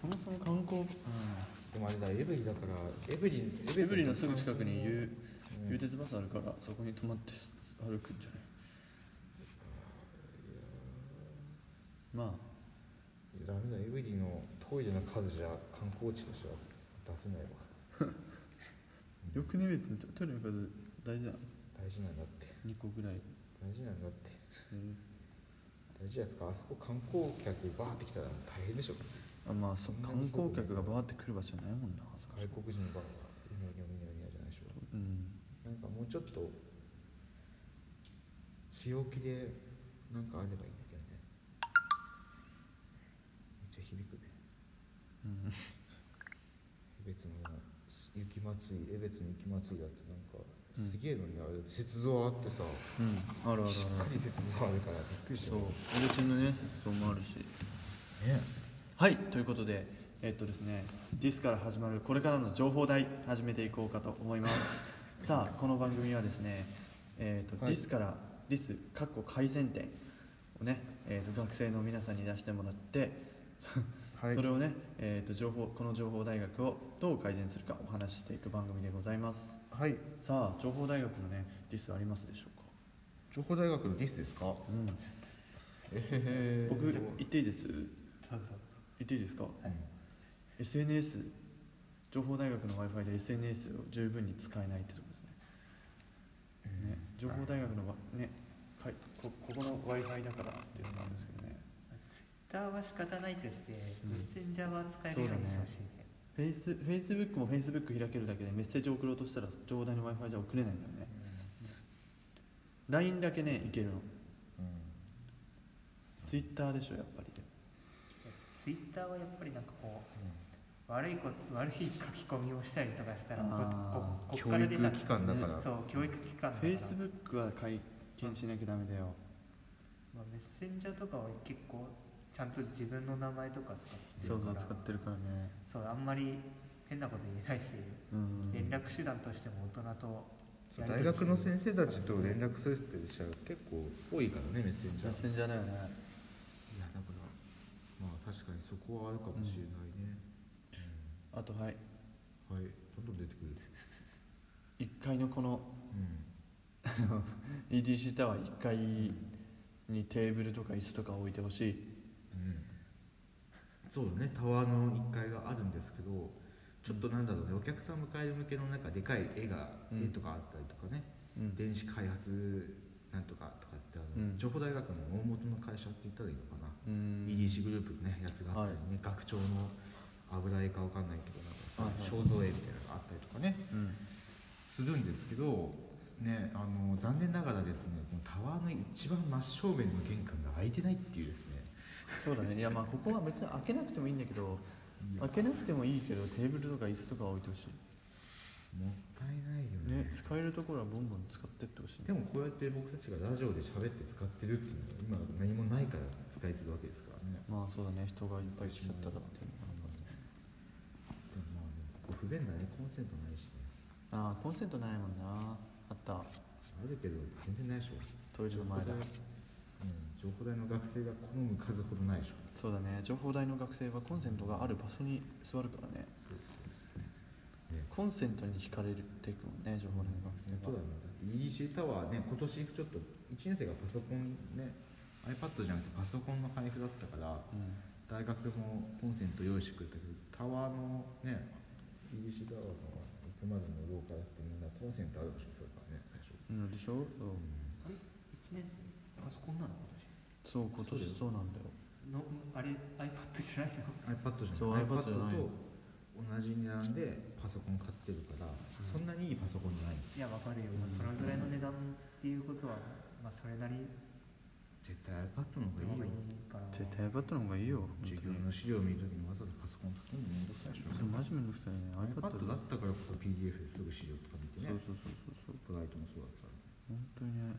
[SPEAKER 1] そもそも観光、
[SPEAKER 2] でもあれだエブリだからエブリ
[SPEAKER 1] エブリのすぐ近くにゆ
[SPEAKER 2] うん
[SPEAKER 1] ゆうてつバスあるからそこに泊まってす歩くんじゃないまあ
[SPEAKER 2] いやダメだエブリのトイレの数じゃ観光地としては出せないわ
[SPEAKER 1] [laughs] よくねえってトイレの数大事な
[SPEAKER 2] 大事なんだって
[SPEAKER 1] 2個ぐらい、
[SPEAKER 2] 大事なんだって
[SPEAKER 1] うん
[SPEAKER 2] 大事じゃないですかあそこ観光客バーって来たら大変でしょ
[SPEAKER 1] あまあそ観光客がバーって来る場所ないもんなあそこ
[SPEAKER 2] 外国人バーがうにょうにょうにょうにょじゃないでしょ
[SPEAKER 1] うん
[SPEAKER 2] なんかもうちょっと強気でなんかあればいいんだけどねめっちゃ響くね
[SPEAKER 1] うん
[SPEAKER 2] 別の雪まつり江別の雪まつりだってなんかすげえのにあれ雪像あってさ
[SPEAKER 1] うんあるあるある
[SPEAKER 2] しっかり雪像あるからびっくりした
[SPEAKER 1] そうエルチンのねそうもあるし
[SPEAKER 2] ね
[SPEAKER 1] はいということでえっとですね「ディスから始まるこれからの情報題始めていこうかと思い
[SPEAKER 2] [laughs]
[SPEAKER 1] ますさあこの番組はですねえっと、
[SPEAKER 2] はい
[SPEAKER 1] ディスからディスかっこ改善点をね、えっと学生の皆さんに出してもらって、
[SPEAKER 2] はい
[SPEAKER 1] それをね、えっと情報この情報大学をどう改善するかお話ししていく番組でございます
[SPEAKER 2] はい
[SPEAKER 1] さあ情報大学のねディスありますでしょうか
[SPEAKER 2] 情報大学のディスですか
[SPEAKER 1] うん
[SPEAKER 2] えへへ
[SPEAKER 1] 僕言っていいです言
[SPEAKER 3] どうぞ
[SPEAKER 1] っていいですか
[SPEAKER 2] うん
[SPEAKER 1] SNS 情報大学の w i f i で SNS を十分に使えないってとこですね,、ね情報大学のわねかいこここの w i f i だからっていうのもあるんですけどね
[SPEAKER 3] ツイッターは仕方ないとして、
[SPEAKER 1] うん
[SPEAKER 3] メッセンジャーは使えるようにしてほしいね
[SPEAKER 1] フェイスフェイスブックもフェイスブック開けるだけでメッセージを送ろうとしたら上代の w i f i じゃ送れないんだよね LINE だけねいけるの
[SPEAKER 2] うん
[SPEAKER 1] Twitter でしょやっぱり
[SPEAKER 3] ツイッターはやっぱりなんかこう悪いこ悪い書き込みをしたりとかしたらこ
[SPEAKER 1] あ
[SPEAKER 3] ここっ
[SPEAKER 2] 教
[SPEAKER 3] から出た
[SPEAKER 2] 育機関だから
[SPEAKER 3] そう教育機関だから
[SPEAKER 1] Facebook は解禁しなきゃダメだよ
[SPEAKER 3] まあ、メッセンジャーとかは結構ちゃんと自分の名前とか使
[SPEAKER 1] そ
[SPEAKER 3] っ
[SPEAKER 1] う
[SPEAKER 3] て
[SPEAKER 1] そ
[SPEAKER 3] るか
[SPEAKER 1] う
[SPEAKER 3] ら
[SPEAKER 1] 使ってるからね
[SPEAKER 3] そうあんまり変なこと言えないし、
[SPEAKER 1] うん
[SPEAKER 3] 連絡手段としても大人と
[SPEAKER 2] 大学の
[SPEAKER 3] 生
[SPEAKER 2] 先生たちと連絡するって人は結構多いからねメッセンジャ
[SPEAKER 1] メ
[SPEAKER 2] ー
[SPEAKER 1] ッセンジャーだよね
[SPEAKER 2] いやだからまあ確かにそこはあるかもしれないね、
[SPEAKER 1] あとはい
[SPEAKER 2] うんはいどんどん出てくる
[SPEAKER 1] 1階のこの
[SPEAKER 2] う
[SPEAKER 1] あの EDC タワー1階にテーブルとか椅子とか置いてほしい
[SPEAKER 2] ん、うん、そうだねタワーの1階があるんですけどちょっとなんだろうねお客さん迎える向けのなんかでかい絵が
[SPEAKER 1] うん
[SPEAKER 2] 絵とかあったりとかね、
[SPEAKER 1] うん
[SPEAKER 2] 電子開発なんとかとかってあの、
[SPEAKER 1] うん
[SPEAKER 2] 情報大学の大元の会社って言ったらいいのかな、
[SPEAKER 1] うん
[SPEAKER 2] EDC グループのねやつがあったりね、学長の油絵かわかんないけどなんかさ
[SPEAKER 1] はい
[SPEAKER 2] 肖像絵みたいなのがあったりとかね、
[SPEAKER 1] うん
[SPEAKER 2] するんですけど、ね、あの残念ながらですねこのタワーの一番真正面の玄関が開いてないっていうですね
[SPEAKER 1] そうだねいやまあここは別に開けなくてもいいんだけど
[SPEAKER 2] いや
[SPEAKER 1] 開けなくてもいいけどテーブルとか椅子とか置いてほし
[SPEAKER 2] もったいないよ
[SPEAKER 1] いね
[SPEAKER 2] ね
[SPEAKER 1] 使えるところはボンボン使ってってほしい
[SPEAKER 2] でもこうやって僕たちがラジオで喋って使ってるっていうのは今何もないから使えてるわけですからね
[SPEAKER 1] まあそうだね人がいっぱい来ちゃったらっていうのが
[SPEAKER 2] でもまあでもここ不便だねコンセントないしね
[SPEAKER 1] ああコンセントないもんなあった
[SPEAKER 2] あるけど全然ないでしょ
[SPEAKER 1] トイレの前だ
[SPEAKER 2] 情報大うん、情報大の学生が好む数ほどないでしょ
[SPEAKER 1] そうだね情報大の学生はコンセントがある場所に座るからね
[SPEAKER 2] ね
[SPEAKER 1] コンセントに惹かれていくもんね情報大の学生
[SPEAKER 2] そうだ
[SPEAKER 1] は
[SPEAKER 2] ね。EDC タワーね、今年ちょっと1年生がパソコンね、iPad じゃなくてパソコンの配布だったから、
[SPEAKER 1] うん
[SPEAKER 2] 大学もコンセント用意してくれたけど、タワーのね、EDC タワーの行くまでの廊下だってみんなコンセントあるでしょ、それからね、最初。
[SPEAKER 1] うんでしょ、うん、
[SPEAKER 3] あれ1年生パソコンなの
[SPEAKER 1] そう今年そうなんだよ
[SPEAKER 3] 今年のあれ iPad じゃないの
[SPEAKER 2] iPad じゃない
[SPEAKER 1] そう iPad じゃない
[SPEAKER 2] と同じ値段でパソコン買ってるから、そんなにいいパソコンじゃない
[SPEAKER 3] いやわかるよ、まあ、それぐらいの値段っていうことは、まあ、それなり
[SPEAKER 2] 絶対 iPad の方
[SPEAKER 3] の方
[SPEAKER 2] がい
[SPEAKER 3] が
[SPEAKER 2] い
[SPEAKER 3] い
[SPEAKER 2] よ
[SPEAKER 3] いから
[SPEAKER 1] 絶対 iPad の方がいいよ本当に
[SPEAKER 2] 授業の資料を見るときにわざわざパソコンとかもめんどくさいでしょ
[SPEAKER 1] それマジめんどくさいね iPad
[SPEAKER 2] iPad だったからこそ PDF ですぐ資料とか見て
[SPEAKER 1] そうそう
[SPEAKER 2] ね
[SPEAKER 1] そうそうそう
[SPEAKER 2] ブライトもそうだったか
[SPEAKER 1] 本当にね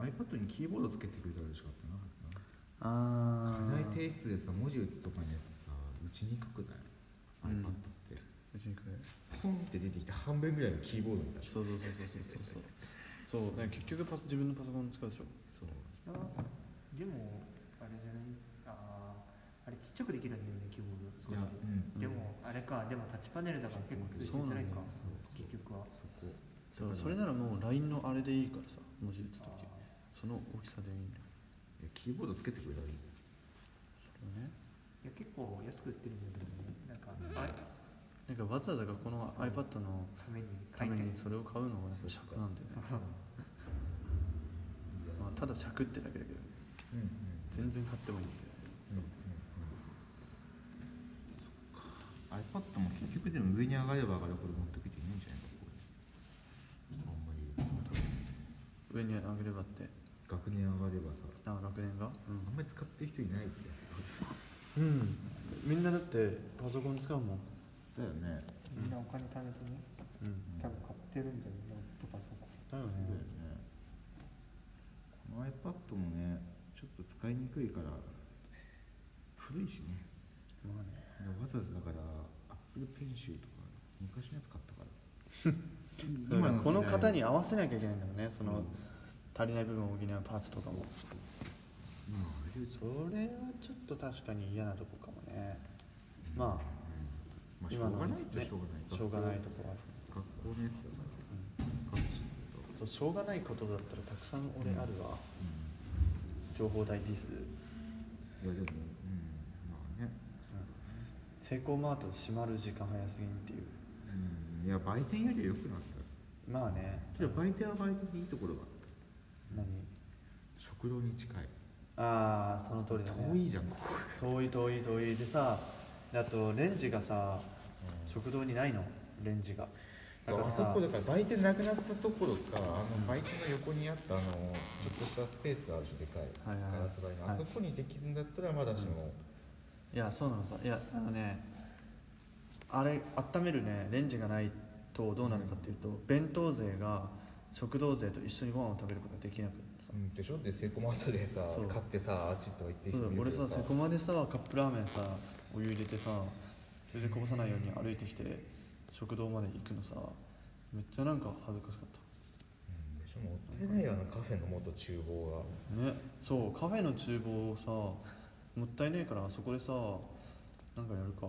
[SPEAKER 2] ら、うん iPad にキーボードつけてくれたら嬉しかったな
[SPEAKER 1] あ
[SPEAKER 2] 課題
[SPEAKER 1] ー
[SPEAKER 2] 提出でさ文字打つとかのやつさ打ちにくくない iPad って、
[SPEAKER 1] 別にこれ
[SPEAKER 2] ポンって出てきて半分ぐらいのキーボードみたいな
[SPEAKER 1] そうそうそうそうそうそうそうだから結局パソ自分のパソコン使うでしょ
[SPEAKER 2] そう
[SPEAKER 3] いやでもあれじゃないあーあれちっちゃくできないんだよねキーボー
[SPEAKER 2] い
[SPEAKER 3] ド
[SPEAKER 2] やうん
[SPEAKER 3] でもあれかでもタッチパネルだから結構通じ
[SPEAKER 1] そう
[SPEAKER 3] づ
[SPEAKER 1] な
[SPEAKER 3] ら
[SPEAKER 1] ん
[SPEAKER 3] い
[SPEAKER 1] だ
[SPEAKER 3] か
[SPEAKER 1] よ
[SPEAKER 2] そう
[SPEAKER 3] 結局は
[SPEAKER 2] そこ
[SPEAKER 1] そうそれならもう LINE のあれでいいからさ文字打つ
[SPEAKER 3] あ
[SPEAKER 1] 時その大きさでいいんだよ
[SPEAKER 2] いやキーボードつけてくれたらいい
[SPEAKER 1] それね
[SPEAKER 3] ーいや結構安く売ってるんだけどねなんかあ
[SPEAKER 1] なんかわざわざこの iPad の
[SPEAKER 3] ために
[SPEAKER 1] た
[SPEAKER 3] 書い
[SPEAKER 1] め
[SPEAKER 3] て
[SPEAKER 1] にそれを買うのがなんか尺なんだよね、まあ、ただ尺ってだけだけど
[SPEAKER 2] うんうん
[SPEAKER 1] 全然買ってもいいんだよね
[SPEAKER 2] うんうんうんそっか iPad も結局でも上に上がれば上がるほど持ってくていいんじゃないのこれあんまり
[SPEAKER 1] 上に上げればって
[SPEAKER 2] 学年上がればさ
[SPEAKER 1] あ学年が
[SPEAKER 2] あんまり使ってる人いない気がする
[SPEAKER 1] うん、みんなだってパソコン使うもん
[SPEAKER 2] だよね
[SPEAKER 3] みんなお金貯めてね
[SPEAKER 1] うん
[SPEAKER 2] うん
[SPEAKER 3] 多分買ってるんだよノートパソコン
[SPEAKER 1] だよね
[SPEAKER 2] そうだよねこの iPad もねちょっと使いにくいから古いしね
[SPEAKER 1] まあね
[SPEAKER 2] でわざわざだから Apple Pencil とか昔のやつ買ったから
[SPEAKER 1] [laughs] 今
[SPEAKER 2] 世代
[SPEAKER 1] この方に合わせなきゃいけないんだもんねそ
[SPEAKER 2] うん
[SPEAKER 1] の足りない部分を補うパーツとかも
[SPEAKER 2] まああれで
[SPEAKER 1] それはちょっと確かに嫌なとこかもねまあ
[SPEAKER 2] まあしょ
[SPEAKER 1] 今
[SPEAKER 2] う
[SPEAKER 1] の
[SPEAKER 2] が
[SPEAKER 1] ね
[SPEAKER 2] ないっちゃしょうがない、
[SPEAKER 1] しょうがないとこは
[SPEAKER 2] 学校のやつだから学習と
[SPEAKER 1] そうしょうがないことだったらたくさん俺あるわ
[SPEAKER 2] う
[SPEAKER 1] 情報代ディス
[SPEAKER 2] んいやでもうんまあね
[SPEAKER 1] セイコーマート閉まる時間早すぎんっていう
[SPEAKER 2] うんいや売店よりは良くなったよ
[SPEAKER 1] まあね
[SPEAKER 2] けど売店は売店でいいところがあっ
[SPEAKER 1] 何
[SPEAKER 2] た食堂に近い
[SPEAKER 1] ああその通りだね
[SPEAKER 2] 遠いじゃんここ
[SPEAKER 1] 遠い遠い遠いでさであとレンジがさ
[SPEAKER 2] うん
[SPEAKER 1] 食堂にないのレンジがだから
[SPEAKER 2] あ
[SPEAKER 1] さ
[SPEAKER 2] そこだから売店なくなったところかあの売店の横にあったあのちょっとしたスペースあるしでかい
[SPEAKER 1] はいはいはい
[SPEAKER 2] ガラス張りの
[SPEAKER 1] はい
[SPEAKER 2] あそこにできるんだったらまだしも
[SPEAKER 1] いやそうなのさいやあのねあれ温めるねレンジがないとどうなるかっていうと弁当税が食堂税と一緒にご飯を食べることができなくてさ
[SPEAKER 2] うんでしょでセイコーマートでさ
[SPEAKER 1] そう
[SPEAKER 2] 買ってさあっちとか行って
[SPEAKER 1] そうだ
[SPEAKER 2] 人もい
[SPEAKER 1] 俺
[SPEAKER 2] るけ
[SPEAKER 1] さ
[SPEAKER 2] ど
[SPEAKER 1] そこまでさカップラーメンさお湯入れてさそれでこぼさないように歩いてきて食堂まで行くのさめっちゃなんか恥ずかしかっ
[SPEAKER 2] うんでしょもったいないよあのカフェの元厨房が
[SPEAKER 1] たねそうカフェの厨房をさもったいねえからあそこでさなんかやるか
[SPEAKER 2] だ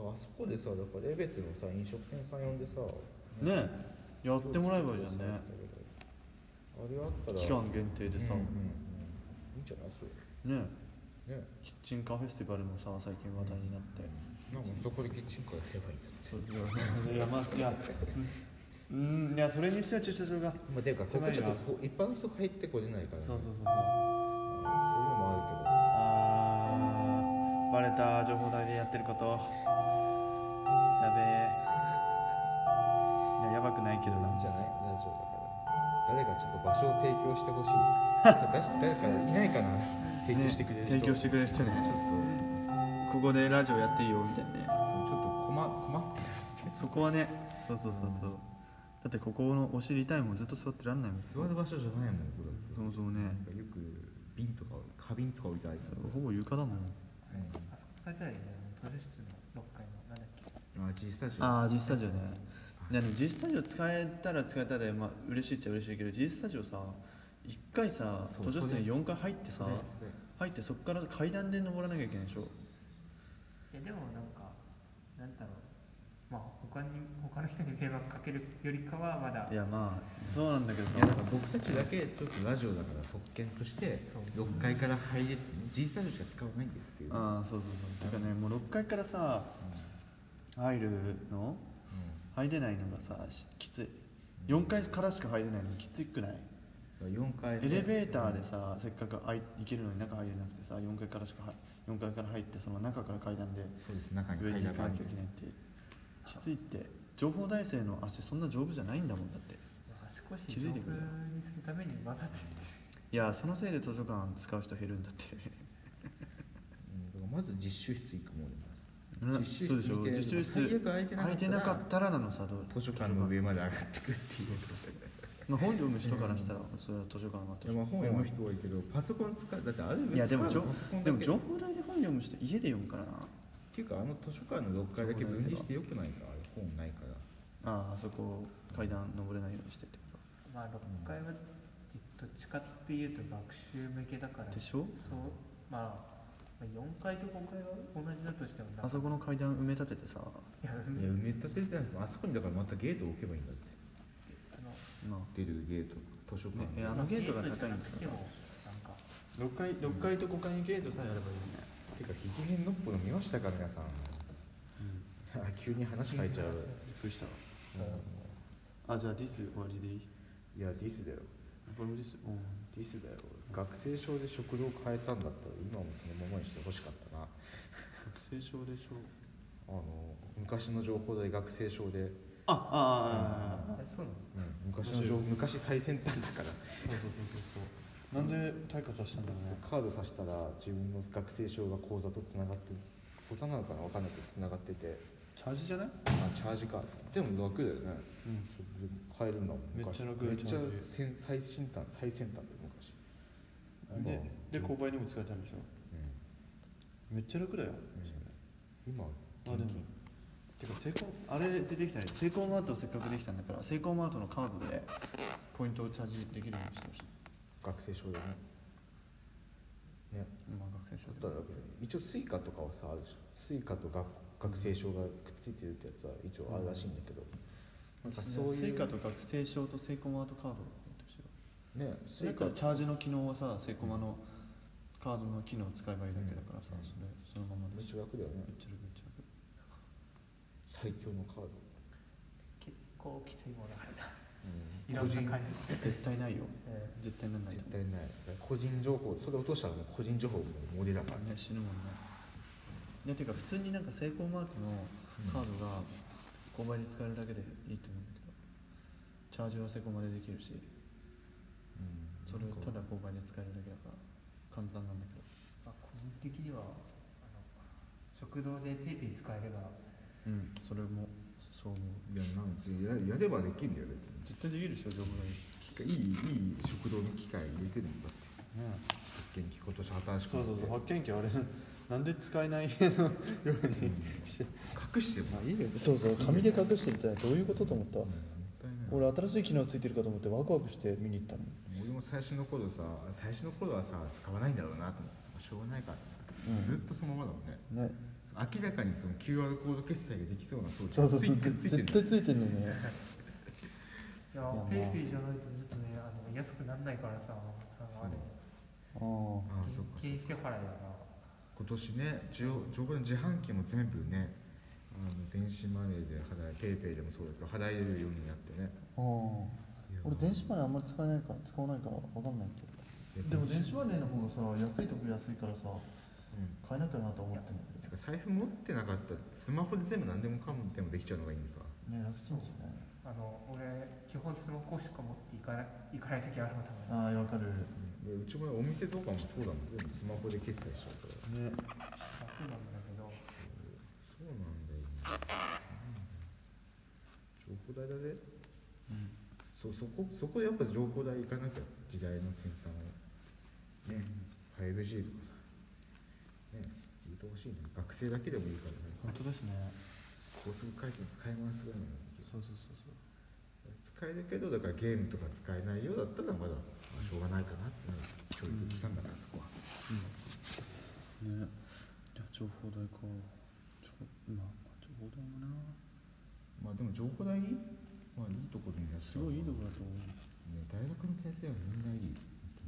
[SPEAKER 2] からあそこでさだから江別のさ飲食店さん呼んでさ
[SPEAKER 1] ねやってもらえばいいじゃんね
[SPEAKER 2] あれあったら
[SPEAKER 1] 期間限定でさ、
[SPEAKER 2] うんうんうんいいんじゃないそれ
[SPEAKER 1] ね
[SPEAKER 2] ね
[SPEAKER 1] キッチンカフェスティバルもさ最近話題になって、
[SPEAKER 2] なんかそこでキッチンカーやればいいんだって
[SPEAKER 1] そういやいやまあいやうんうんいやそれにしては駐車場が
[SPEAKER 2] まあ、ていうかここちょっ
[SPEAKER 1] 狭いな
[SPEAKER 2] とこう一般の人が入ってこれないから、ね、
[SPEAKER 1] そうそううそうそう
[SPEAKER 2] そういうのも
[SPEAKER 1] あーバレた情報代でやってることやべえいややばくないけど
[SPEAKER 2] あるけどいいん
[SPEAKER 1] な
[SPEAKER 2] じゃない大丈夫だから誰かちょっと場所を提供してほしいだし誰かいないかな提供してくれる人、
[SPEAKER 1] ね提供してくれる人ね
[SPEAKER 2] ちょっ
[SPEAKER 1] こ
[SPEAKER 2] と
[SPEAKER 1] こでラジオやっていいよみたいなね
[SPEAKER 2] そうちょっと困困ってる
[SPEAKER 1] そこはねそうそうそうそうだってここのお尻痛いもんずっと座ってらんないもんそ
[SPEAKER 2] 座る場所じゃないもんこれ
[SPEAKER 1] もそもね
[SPEAKER 2] なんかよく瓶とか花瓶とか置いてあるやつ
[SPEAKER 1] ほぼ床だもん
[SPEAKER 2] うん
[SPEAKER 3] あそこ使いたいね図書室の6階のなんだっ
[SPEAKER 2] あ
[SPEAKER 3] け
[SPEAKER 2] G スタジオ
[SPEAKER 1] ああ G スタジオねでも G スタジオ使えたら使えたで、まあ嬉しいっちゃ嬉しいけど G スタジオさ1回さ
[SPEAKER 2] そう
[SPEAKER 1] 図書室に
[SPEAKER 2] そ
[SPEAKER 1] 4回入ってさ
[SPEAKER 2] それそれ
[SPEAKER 1] 入ってそこから階段で登らなきゃいけないでしょ
[SPEAKER 3] いやでもなんかなんだろうまあ他に他の人に迷惑かけるよりかはまだ
[SPEAKER 1] いやまあそうなんだけどさ
[SPEAKER 2] いやだから僕たちだけちょっとラジオだから特権として
[SPEAKER 3] そう
[SPEAKER 2] 6階から入れて G スタジオしか使わないんだよっていううん
[SPEAKER 1] ああそうそうそうてかねもう6階からさ入るの入れないのがさしきつい4階からしか入れないのきつくない
[SPEAKER 2] 4階
[SPEAKER 1] エレベーター
[SPEAKER 2] で
[SPEAKER 1] でさせっかくあい行けるのに中入れなくてさ4階からしかは4階から入ってその中から階段で
[SPEAKER 2] そうです中に
[SPEAKER 1] 上
[SPEAKER 2] 階
[SPEAKER 1] に行か
[SPEAKER 2] 段があ
[SPEAKER 1] な
[SPEAKER 2] るん
[SPEAKER 1] きゃいけ
[SPEAKER 2] です
[SPEAKER 1] ないってきついって情報大生の足そんな丈夫じゃないんだもんだって
[SPEAKER 3] まあ少し
[SPEAKER 1] 気づいてくれた
[SPEAKER 3] にするために混ざってる
[SPEAKER 1] いやそのせいで図書館使う人減るんだって [laughs]
[SPEAKER 2] うんだからまず実習室行くもんね
[SPEAKER 1] な
[SPEAKER 2] 実習室
[SPEAKER 1] そうでしょ
[SPEAKER 2] 見て
[SPEAKER 1] 実習
[SPEAKER 2] 最
[SPEAKER 1] 室
[SPEAKER 2] 悪空いてなかったら
[SPEAKER 1] 空いてなかったらなのさどう
[SPEAKER 2] 図書館の上まで上がってくっていう
[SPEAKER 1] まあ、本読む人からしたら、それは図書館は図
[SPEAKER 2] いや
[SPEAKER 1] 書館
[SPEAKER 2] まあ本読む人多いけどパソコン使うだってあれ
[SPEAKER 1] いやでも
[SPEAKER 2] 使
[SPEAKER 1] じ
[SPEAKER 2] う
[SPEAKER 1] ょ
[SPEAKER 2] のパソコンだ
[SPEAKER 1] でも情報代で
[SPEAKER 2] けっ
[SPEAKER 1] 本読む人家で読むからな
[SPEAKER 2] ていうかあの図書館の6階だけ分離してよくないかあれ本ないから
[SPEAKER 1] あああそこ階段登れないようにしてってこ
[SPEAKER 3] まあ6階はどっちかっていうと学習向けだから
[SPEAKER 1] とで
[SPEAKER 3] そう
[SPEAKER 1] しょ
[SPEAKER 3] まあまあ4階と5階は同じだとしても
[SPEAKER 1] あ
[SPEAKER 3] なんか
[SPEAKER 1] そこの階段埋め立ててさ
[SPEAKER 3] いやあ
[SPEAKER 2] いや埋め立ててないあそこにだからまたゲート置けばいいんだって
[SPEAKER 3] の
[SPEAKER 1] まあ
[SPEAKER 2] 出るゲート図書館
[SPEAKER 1] ねいやあのゲートが高いんだ
[SPEAKER 3] ゲートじゃなくてもなんか
[SPEAKER 1] 6階六階と5階にゲートさえあればいいね
[SPEAKER 2] てかヒゲヘンノップの見ましたか皆さん急に話変えちゃう、
[SPEAKER 1] びっくりしたわあじゃあディス終わりでいい
[SPEAKER 2] いやディスだよ
[SPEAKER 1] これもディスうん
[SPEAKER 2] ディスだよ学生証で食堂変えたんだったら今もそのままにしてほしかったな
[SPEAKER 1] 学生証でしょ
[SPEAKER 2] あの昔の情報代学生証で、
[SPEAKER 1] ああああああああ
[SPEAKER 3] えそうなの
[SPEAKER 2] うん、昔の情昔最先端だから
[SPEAKER 1] そうそうそうそうそうなんで退化させたんだろうね
[SPEAKER 2] カードさしたら自分の学生証が口座とつながって口座なのかな分かんないけどつながってて
[SPEAKER 1] チャージじゃない
[SPEAKER 2] あチャージかでも楽だよね、
[SPEAKER 1] うん
[SPEAKER 2] そうでも買えるんだもん
[SPEAKER 1] めっちゃ楽
[SPEAKER 2] めっちゃ
[SPEAKER 1] チャージ
[SPEAKER 2] 先最先端最先端で昔今
[SPEAKER 1] でで
[SPEAKER 2] う
[SPEAKER 1] 購
[SPEAKER 2] ん
[SPEAKER 1] 買にも使えたんでしょめっちゃ楽だよ、
[SPEAKER 2] 今
[SPEAKER 1] まあでもてかセイコーあれ出てきたねセイコーマートせっかくできたんだからセイコーマートのカードでポイントをチャージできるようにしてほしい
[SPEAKER 2] 学生証でねね
[SPEAKER 1] 今学生証
[SPEAKER 2] あと
[SPEAKER 1] で
[SPEAKER 2] はだけど一応スイカとかはさあるじゃんスイカと学学生証がくっついてるってやつは一応あるらしいんだけど、なんかそういう
[SPEAKER 1] スイカと学生証とセイコーマートカードを入れてほしいわ
[SPEAKER 2] ね
[SPEAKER 1] そ
[SPEAKER 2] ス
[SPEAKER 1] れ
[SPEAKER 2] イ
[SPEAKER 1] か
[SPEAKER 2] カ
[SPEAKER 1] らチャージの機能はさセイコマのカードの機能を使えばいいだけだからさ、
[SPEAKER 2] うん
[SPEAKER 1] それそのまま
[SPEAKER 2] め
[SPEAKER 1] で
[SPEAKER 2] っ
[SPEAKER 1] し
[SPEAKER 2] ち
[SPEAKER 1] ょ
[SPEAKER 2] ゃ楽だよね
[SPEAKER 1] めっちゃ楽めっちゃ楽
[SPEAKER 2] 最強のカード、
[SPEAKER 3] 結構きついものあるな
[SPEAKER 2] う
[SPEAKER 3] いろんな会
[SPEAKER 1] 絶対ないよ
[SPEAKER 3] え
[SPEAKER 1] 絶対なんないと思う
[SPEAKER 2] 絶対ない個人情報それ落としたらもう個人情報も漏れだから
[SPEAKER 1] ね
[SPEAKER 2] ね
[SPEAKER 1] 死ぬもんねいやてか普通になんかセイコーマートのカードが購買で使えるだけでいいと思うんだけどチャージはセコマでできるしそれをただ購買で使えるだけだから簡単なんだけど
[SPEAKER 3] まあ、個人的にはあの食堂でペイペイ使えれば
[SPEAKER 1] うんそれもそう思う
[SPEAKER 2] いやなんてややればできるんだよ別
[SPEAKER 1] 絶対できるでしょ情報がいいし
[SPEAKER 2] に機械いいいい食堂の機械入れてるんだって
[SPEAKER 1] ね
[SPEAKER 2] 発見機今年新しく
[SPEAKER 1] そうそうそう
[SPEAKER 2] なっ
[SPEAKER 1] 発見機あれ [laughs] なんで使えないのようにして
[SPEAKER 2] て隠してもいいよ
[SPEAKER 1] そうそう紙で隠してみたいどういうことと思った
[SPEAKER 2] もったいない
[SPEAKER 1] 俺新しい機能ついてるかと思ってワクワクして見に行ったの
[SPEAKER 2] 俺も最初の頃さ最初の頃はさ使わないんだろうなと思ってまあしょうがないから、
[SPEAKER 1] うん
[SPEAKER 2] ずっとそのままだもんね
[SPEAKER 1] ね
[SPEAKER 2] 明らかにその QR コード決済ができそうな装置
[SPEAKER 1] そうそうそう
[SPEAKER 2] ついてつ
[SPEAKER 1] 絶
[SPEAKER 2] いてんだよ
[SPEAKER 1] 対ついてんのね
[SPEAKER 3] いや
[SPEAKER 1] もう
[SPEAKER 3] ペイペイじゃないとずっとねあの安くならないからさあのあれ
[SPEAKER 1] ああ
[SPEAKER 2] ああそっか
[SPEAKER 3] 現金支払いだな
[SPEAKER 2] 今年ね自動情報の自販機も全部ねあの電子マネーで払えペイペイでもそうだけど払えるようになってね
[SPEAKER 1] ああ俺電子マネーあんまり使えないから使わないから分かんないけどでも電子マネーの方がさ安いとこ安いからさ
[SPEAKER 2] うん
[SPEAKER 1] 買えなきゃなと思ってんだ
[SPEAKER 2] てか財布持ってなかったらスマホで全部何でもかもでもできちゃうのがいいんですわ
[SPEAKER 1] けどね楽ちんですよね
[SPEAKER 3] あの俺基本スマホしか持っていかない行かない時あるのたま
[SPEAKER 1] あ
[SPEAKER 3] に
[SPEAKER 1] あ分かる
[SPEAKER 2] でうちもお店とかもそうだもん全部スマホで決済しちゃうか
[SPEAKER 1] ね
[SPEAKER 2] ら
[SPEAKER 3] 楽なんだけど
[SPEAKER 2] そうなんだよ、情報代だぜ
[SPEAKER 1] うん
[SPEAKER 2] そそこそこでやっぱ情報代行かなきゃ時代の先端をね 5G とかさね言うてほしいね学生だけでもいいからね
[SPEAKER 1] 本当ですね
[SPEAKER 2] 高速回線使い回すぐらいの
[SPEAKER 1] そうそうそうそ
[SPEAKER 2] 使えるけどだからゲームとか使えないようだったらまだ、まあ、しょうがないかなってなる教育機関だからそこは、
[SPEAKER 1] うねじゃあ情報代かちょまあ情報代もな
[SPEAKER 2] まあでも情報代まあいいところになっ
[SPEAKER 1] すごいいいとこ
[SPEAKER 2] ろ、
[SPEAKER 1] だと思う
[SPEAKER 2] ね、大学の先生はみんないい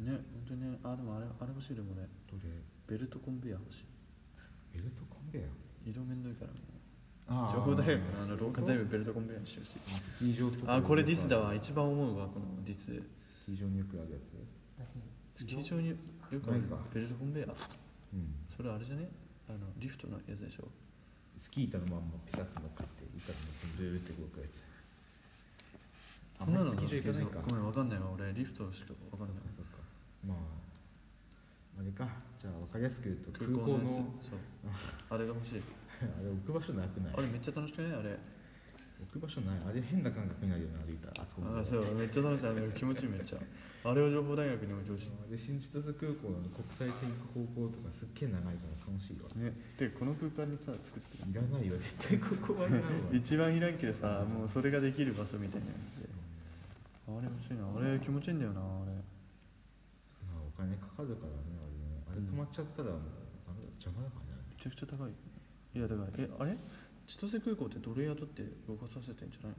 [SPEAKER 1] ね本当にねあでもあれあれ欲しいでもね
[SPEAKER 2] どれ
[SPEAKER 1] ベルトコンベヤー欲し
[SPEAKER 2] ベルトコンベヤ
[SPEAKER 1] い
[SPEAKER 2] ー
[SPEAKER 1] 色めんどいからもう
[SPEAKER 2] あー
[SPEAKER 1] 情報代よあの廊下全部ベルトコンベヤーにしてほしい
[SPEAKER 2] 非常とか
[SPEAKER 1] あこれディスだわ一番思うわこのディス
[SPEAKER 2] 非常によくあるや
[SPEAKER 1] ス
[SPEAKER 2] つ
[SPEAKER 1] キー場によくある
[SPEAKER 2] ないか
[SPEAKER 1] ベルトコンベヤー
[SPEAKER 2] うん
[SPEAKER 1] それあれじゃねあのリフトのやつでしょ
[SPEAKER 2] スキー板のまんまピタッと乗っかって板の全部ルールって動くやつあ
[SPEAKER 1] そんなの
[SPEAKER 2] ま
[SPEAKER 1] な
[SPEAKER 2] り
[SPEAKER 1] の
[SPEAKER 2] ス
[SPEAKER 1] スキ
[SPEAKER 2] キー
[SPEAKER 1] ー
[SPEAKER 2] 場行
[SPEAKER 1] 場
[SPEAKER 2] かないか
[SPEAKER 1] ごめんわかんないわ俺リフトしかわかんない
[SPEAKER 2] そっかまああれかじゃあ分かりやすく言うと空
[SPEAKER 1] 空
[SPEAKER 2] 港の
[SPEAKER 1] 港のやつ
[SPEAKER 2] [laughs]
[SPEAKER 1] そうあれが欲しい
[SPEAKER 2] あ [laughs] れ置く場所なくない
[SPEAKER 1] あれめっちゃ楽しくないあれ
[SPEAKER 2] 置く場所ないあれ変な感覚になるよな歩いたらあそこ
[SPEAKER 1] あそうめっちゃ楽しいあれ気持ちいいめっちゃあれを情報大学に置いてほしい
[SPEAKER 2] で新千歳空港の国際線行く方向とかすっげえ長いから楽しいわ
[SPEAKER 1] ねでこの空間にさ作ってる
[SPEAKER 2] いらないよ絶対ここはいらんわ
[SPEAKER 1] 一番いらんけどさもうそれができる場所みたいなやつであれ欲しいなあれ気持ちいいんだよなあれ
[SPEAKER 2] まあお金かかるからねあれねあれ止まっちゃったらもうあれ邪魔だからね
[SPEAKER 1] めちゃくちゃ高いいやだからえあれ千歳空港って奴隷雇って動かさせてんじゃないの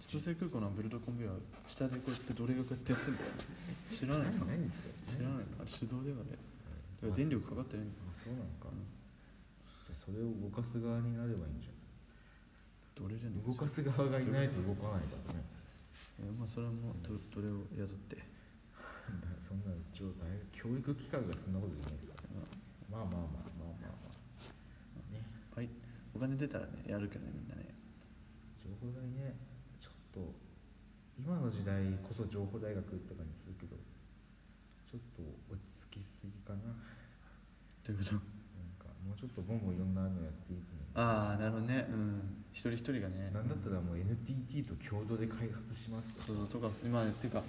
[SPEAKER 1] 千歳空港のベルトコンベヤー下でこうやって奴隷がこうやってやってんだよ知らない
[SPEAKER 2] 何
[SPEAKER 1] の
[SPEAKER 2] 何ですか
[SPEAKER 1] 知らないのあれ手動ではねだから電力かかってないんだ
[SPEAKER 2] あそうなのかじゃあそれを動かす側になればいいんじゃん
[SPEAKER 1] 奴隷じゃない
[SPEAKER 2] 動かす側がいないと動かないからね
[SPEAKER 1] えまあそれはもう奴奴隷を雇って
[SPEAKER 2] そんな状態教育機関がそんなことじゃないですから
[SPEAKER 1] う
[SPEAKER 2] まあまあまあまあまあまあ
[SPEAKER 1] ん
[SPEAKER 2] ね
[SPEAKER 1] はいお金出たらねやるけどねみんなね
[SPEAKER 2] 情報代ねちょっと今の時代こそ情報大学って感じするけどちょっと落ち着きすぎかな
[SPEAKER 1] ということ
[SPEAKER 2] なんかもうちょっとボンボンいろんなのやっていいのに
[SPEAKER 1] [laughs] ああなるほどねうん一人一人がね
[SPEAKER 2] なんだったらもう NTT と共同で開発します
[SPEAKER 1] そうそうとか今っていうか
[SPEAKER 2] ね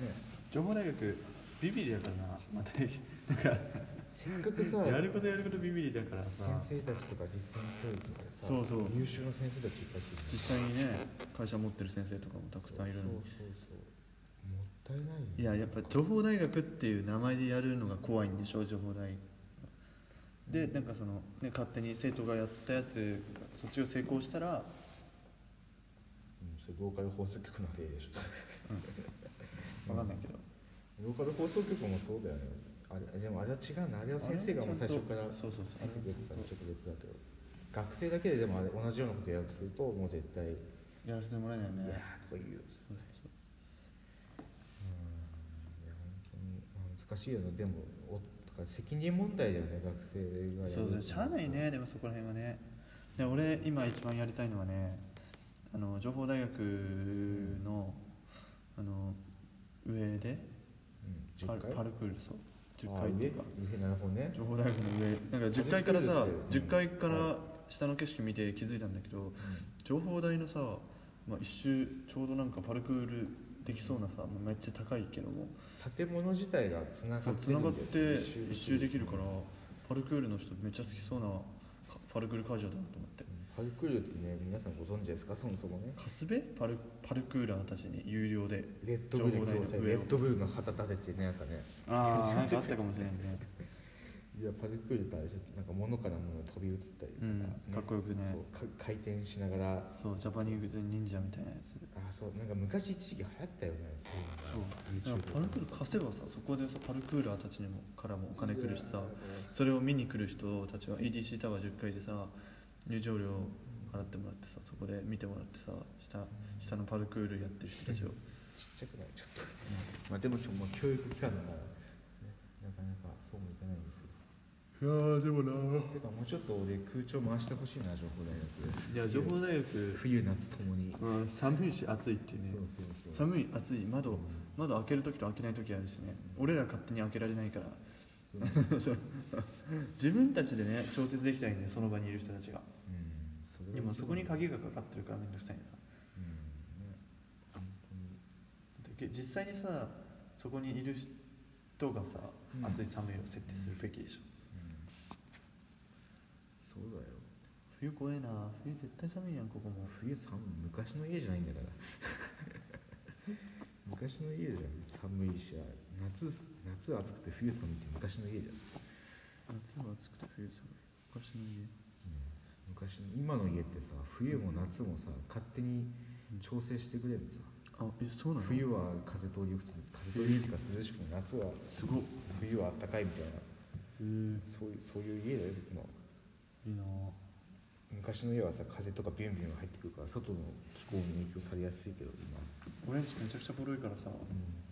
[SPEAKER 1] 情報大学ビビリだからな [laughs] またなんか
[SPEAKER 2] せっかくさ
[SPEAKER 1] やることやることビビリだからさ
[SPEAKER 2] 先生たちとか実践教育とかさ
[SPEAKER 1] そうそう
[SPEAKER 2] 優秀な先生たちいっぱい来
[SPEAKER 1] 実
[SPEAKER 2] る
[SPEAKER 1] 際にね会社持ってる先生とかもたくさんいるの
[SPEAKER 2] そう
[SPEAKER 1] に
[SPEAKER 2] そうそうもったいないよね
[SPEAKER 1] いややっぱ情報大学っていう名前でやるのが怖いんでしょ情報大学でなんかその、ね、勝手に生徒がやったやつがそっちが成功したら
[SPEAKER 2] うんそれローカル放送局の例でしょ
[SPEAKER 1] 分かんないけど、
[SPEAKER 2] ローカル放送局もそうだよねあれでもあれは違うなあれは先生がもう最初から
[SPEAKER 1] あれはちゃんとそうそうそう
[SPEAKER 2] ついてくれたらちょっと別だけど学生だけででもあれ同じようなことやるとするともう絶対「い
[SPEAKER 1] やらせてもらえないよ
[SPEAKER 2] やー
[SPEAKER 1] ね」
[SPEAKER 2] とか言うよ
[SPEAKER 1] そうそう
[SPEAKER 2] うんいや本当にまあ難しいよねでもおだから責任問題だよね学生がやる
[SPEAKER 1] そうそうしゃあないねでもそこら辺はねで俺今一番やりたいのはねあの情報大学のあの上で
[SPEAKER 2] うん
[SPEAKER 1] パ
[SPEAKER 2] 10
[SPEAKER 1] ル
[SPEAKER 2] 回
[SPEAKER 1] パルクールそう10階っていうか
[SPEAKER 2] あ上上なるほどね
[SPEAKER 1] 情報大学の上なんか10階からさ
[SPEAKER 2] パルクールって
[SPEAKER 1] 10階か
[SPEAKER 2] う
[SPEAKER 1] ら下の景色見て気づいたんだけど情報大のさ、まあ、一周ちょうどなんかパルクールできそうなさもうめっちゃ高いけども
[SPEAKER 2] 建物自体がつなが
[SPEAKER 1] そ
[SPEAKER 2] っ
[SPEAKER 1] う
[SPEAKER 2] て
[SPEAKER 1] つながって
[SPEAKER 2] るんだよね
[SPEAKER 1] 一周できるからパルクールの人めっちゃ好きそうなかパルクール会場だなと思って
[SPEAKER 2] パルクールってね皆さんご存知ですかそもそもね
[SPEAKER 1] カスベパルパルクーラーたちに有料で
[SPEAKER 2] レッドブルのレッドブルの旗立ててねなんかね
[SPEAKER 1] あ [laughs] あなんかあったかもしれないね
[SPEAKER 2] いやパルクールってあれじゃんなんか物から物に飛び移ったりとか、
[SPEAKER 1] うん
[SPEAKER 2] ね
[SPEAKER 1] かっこよくね
[SPEAKER 2] そうか回転しながらあ
[SPEAKER 1] そうジャパニーズ忍者みたいなやつ
[SPEAKER 2] ーそうなんか昔一時期流行ったよねそうい
[SPEAKER 1] そうう
[SPEAKER 2] の
[SPEAKER 1] だからパ
[SPEAKER 2] が YouTube
[SPEAKER 1] ルクール貸せばさそこでさパルクーラーたちにもからもお金来るし
[SPEAKER 2] い
[SPEAKER 1] さ
[SPEAKER 2] や
[SPEAKER 1] それを見に来る人たちは EDC タワー10階でさ入場料払ってもらってさそこで見てもらってさ下下のパルクールやってる人たちを
[SPEAKER 2] ちっちゃくないちょっと、まあでもちょっともう教育機関だから、ね、なかなかそうもいかないんですよ
[SPEAKER 1] いやーでもな
[SPEAKER 2] てかもうちょっと俺空調回してほしいな情報大
[SPEAKER 1] い
[SPEAKER 2] 学
[SPEAKER 1] や情報大学、
[SPEAKER 2] 冬夏ともに、
[SPEAKER 1] うん、寒いし暑いっていうね
[SPEAKER 2] そうそうそう
[SPEAKER 1] 寒い暑い窓窓開ける時と開けない時あるしね俺ら勝手に開けられないから [laughs]
[SPEAKER 2] そう
[SPEAKER 1] そう自分たちでね調節できたらいいんだよその場にいる人たちが
[SPEAKER 2] うん
[SPEAKER 1] でもそこに鍵がかかってるから面倒くさいな
[SPEAKER 2] うんね本当に
[SPEAKER 1] で実際にさそこにいる人がさ、
[SPEAKER 2] うん
[SPEAKER 1] 暑い寒いを設定するべきでしょ
[SPEAKER 2] うんそうだよ
[SPEAKER 1] 冬怖えな冬絶対寒いやんここも
[SPEAKER 2] 冬寒い昔の家じゃないんだから [laughs] 昔の家じゃん寒いし夏夏暑くて冬寒いって昔の家じゃん、
[SPEAKER 1] 夏は暑くて冬寒い昔の家
[SPEAKER 2] 昔の今の家ってさ冬も夏もさ勝手に調整してくれるのさ
[SPEAKER 1] あえそうなの
[SPEAKER 2] 冬は風通りよくて風通りよくてか涼しくて夏は
[SPEAKER 1] すごっへ
[SPEAKER 2] 冬は暖かいみたいな
[SPEAKER 1] え
[SPEAKER 2] そういうそういう家だよ今
[SPEAKER 1] いいな
[SPEAKER 2] 昔の家はさ風とかビュンビュン入ってくるから外の気候に影響されやすいけど今、
[SPEAKER 1] 俺んちめちゃくちゃボロいからさ、うん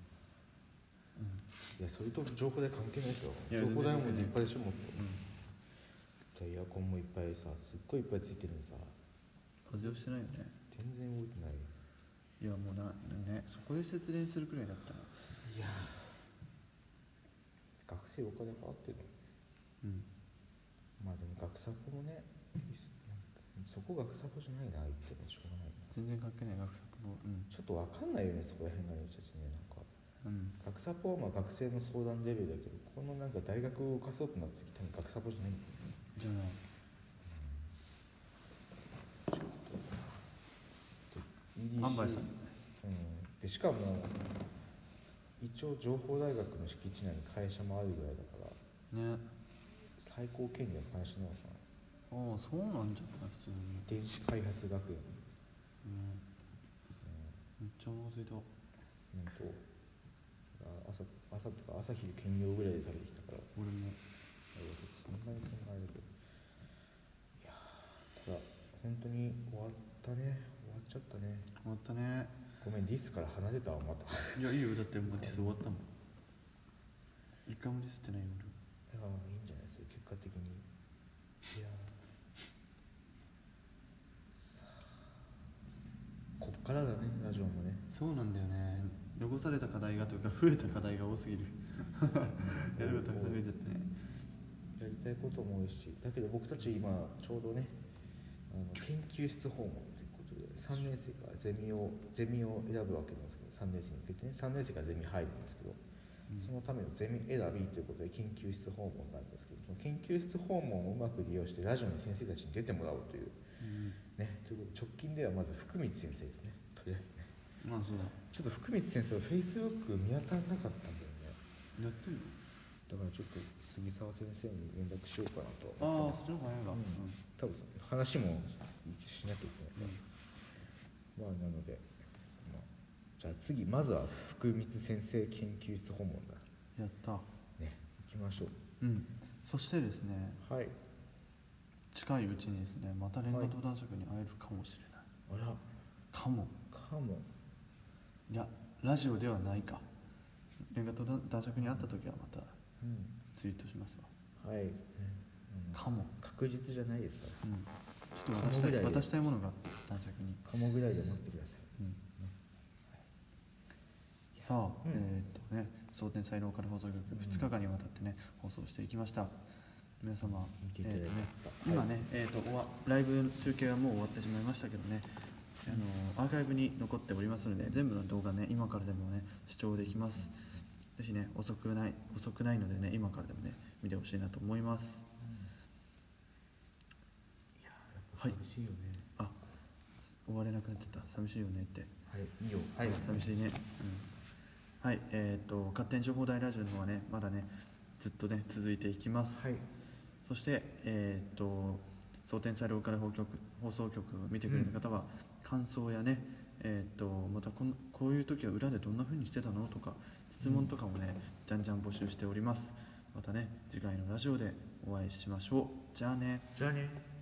[SPEAKER 2] いやそれと情報代関係ないでしょ
[SPEAKER 1] いや
[SPEAKER 2] 情報代も
[SPEAKER 1] 全然
[SPEAKER 2] いっぱいでしょもっと
[SPEAKER 1] うん
[SPEAKER 2] じゃあエアコンもいっぱいさすっごいいっぱいついてるのさ
[SPEAKER 1] 活用してないよね
[SPEAKER 2] 全然動いてない
[SPEAKER 1] いやもうなねそこで節電するくらいだったら
[SPEAKER 2] いや学生お金払ってるの
[SPEAKER 1] うん
[SPEAKER 2] まあでも学サポもねそこ学サポじゃないな言ってもしょうがないな
[SPEAKER 1] 全然関係ない学作もうん
[SPEAKER 2] ちょっとわかんないよねそこら辺がねうちたちねなんか
[SPEAKER 1] うん
[SPEAKER 2] 学サポはまあ学生の相談レベルだけどこのなんか大学を動かそうとなった時多分学サポじゃないんだよね
[SPEAKER 1] じゃない
[SPEAKER 2] ちょっと
[SPEAKER 1] 販売さん
[SPEAKER 2] EDC うん、でしかも一応情報大学の敷地内に会社もあるぐらいだから
[SPEAKER 1] ね
[SPEAKER 2] 最高権利の会社なのかな
[SPEAKER 1] ああそうなんじゃない普通に
[SPEAKER 2] 電子開発学園
[SPEAKER 1] うんめっちゃお腹すいた
[SPEAKER 2] うんうんとあ朝朝とか朝昼兼業ぐらいで食べてきたから
[SPEAKER 1] 俺も
[SPEAKER 2] そんなにそんなあれだけどいやーただ本当に終わったね終わっちゃったね
[SPEAKER 1] 終わったね
[SPEAKER 2] ごめんリスから離れたわまた
[SPEAKER 1] いや
[SPEAKER 2] い
[SPEAKER 1] いいよだってもうディス終わったもん一回もディスってないよ俺
[SPEAKER 2] やーいいんじゃないですか結果的にいやーこっからだねラジオもね
[SPEAKER 1] そうなんだよね残された課題がというか増えた課題が多すぎるやることたくさん増えちゃってね
[SPEAKER 2] やりたいことも多いしだけど僕たち今ちょうどねあの研究室訪問ということで3年生からゼミをゼミを選ぶわけなんですけど3年生に向けてね3年生からゼミ入るんですけど、そのためのゼミ選びということで研究室訪問なんですけどその研究室訪問をうまく利用してラジオに先生たちに出てもらおうという、ねということで直近ではまず福光先生ですねとりあえずね
[SPEAKER 1] まあそうだ
[SPEAKER 2] ちょっと福光先生はフェイスブック見当たらなかったんだよね
[SPEAKER 1] やってんの
[SPEAKER 2] だからちょっと杉沢先生に連絡しようかなとは思
[SPEAKER 1] あ
[SPEAKER 2] って
[SPEAKER 1] あそれは早
[SPEAKER 2] ます
[SPEAKER 1] いわ、う
[SPEAKER 2] う
[SPEAKER 1] んん
[SPEAKER 2] 多分その話もしなきゃいけないから、まあなので、まあ、じゃあ次まずは福光先生研究室訪問だ
[SPEAKER 1] やった
[SPEAKER 2] ね行きましょ
[SPEAKER 1] うんそしてですね
[SPEAKER 2] うはい
[SPEAKER 1] 近いうちにですねまたレンガ登壇職に会えるかもしれない、
[SPEAKER 2] あら
[SPEAKER 1] かも
[SPEAKER 2] かも
[SPEAKER 1] いやラジオではないかレンガ登壇職に会った時はまた
[SPEAKER 2] うん
[SPEAKER 1] ツイートしますわ
[SPEAKER 2] はい、うん
[SPEAKER 1] かも、
[SPEAKER 2] 確実じゃないですか
[SPEAKER 1] うん、ちょっと渡した
[SPEAKER 2] かもぐら
[SPEAKER 1] い
[SPEAKER 2] いで
[SPEAKER 1] 渡したいものがあって男爵に、
[SPEAKER 2] らかもぐらいで待ってください
[SPEAKER 1] うんさあ、
[SPEAKER 2] うん
[SPEAKER 1] えーっとね「蒼天才ローカル放送局」2日間にわたってね放送していきました皆様
[SPEAKER 2] 見
[SPEAKER 1] え
[SPEAKER 2] ていただい
[SPEAKER 1] ー
[SPEAKER 2] た
[SPEAKER 1] っとね
[SPEAKER 2] はい
[SPEAKER 1] 今ね、えー、と終わライブ中継はもう終わってしまいましたけどねあのアーカイブに残っておりますので全部の動画ね今からでもね視聴できますぜひね遅くない遅くないのでね今からでもね見てほしいなと思いますはい
[SPEAKER 2] 寂しいよね
[SPEAKER 1] あ終われなくなっちゃった寂しいよねって
[SPEAKER 2] はいいいよはい
[SPEAKER 1] 寂しいね、うん、はいえっ、と勝手に情報大ラジオの方はねまだねずっとね続いていきます、
[SPEAKER 2] はい
[SPEAKER 1] そしてえっ、と蒼天才ローカル放送局放送局を見てくれた方は、感想やねえっ、とまたこのこういう時は裏でどんな風にしてたのとか質問とかもね、じゃんじゃん募集しておりますまたね次回のラジオでお会いしましょうじゃあね
[SPEAKER 2] じゃあね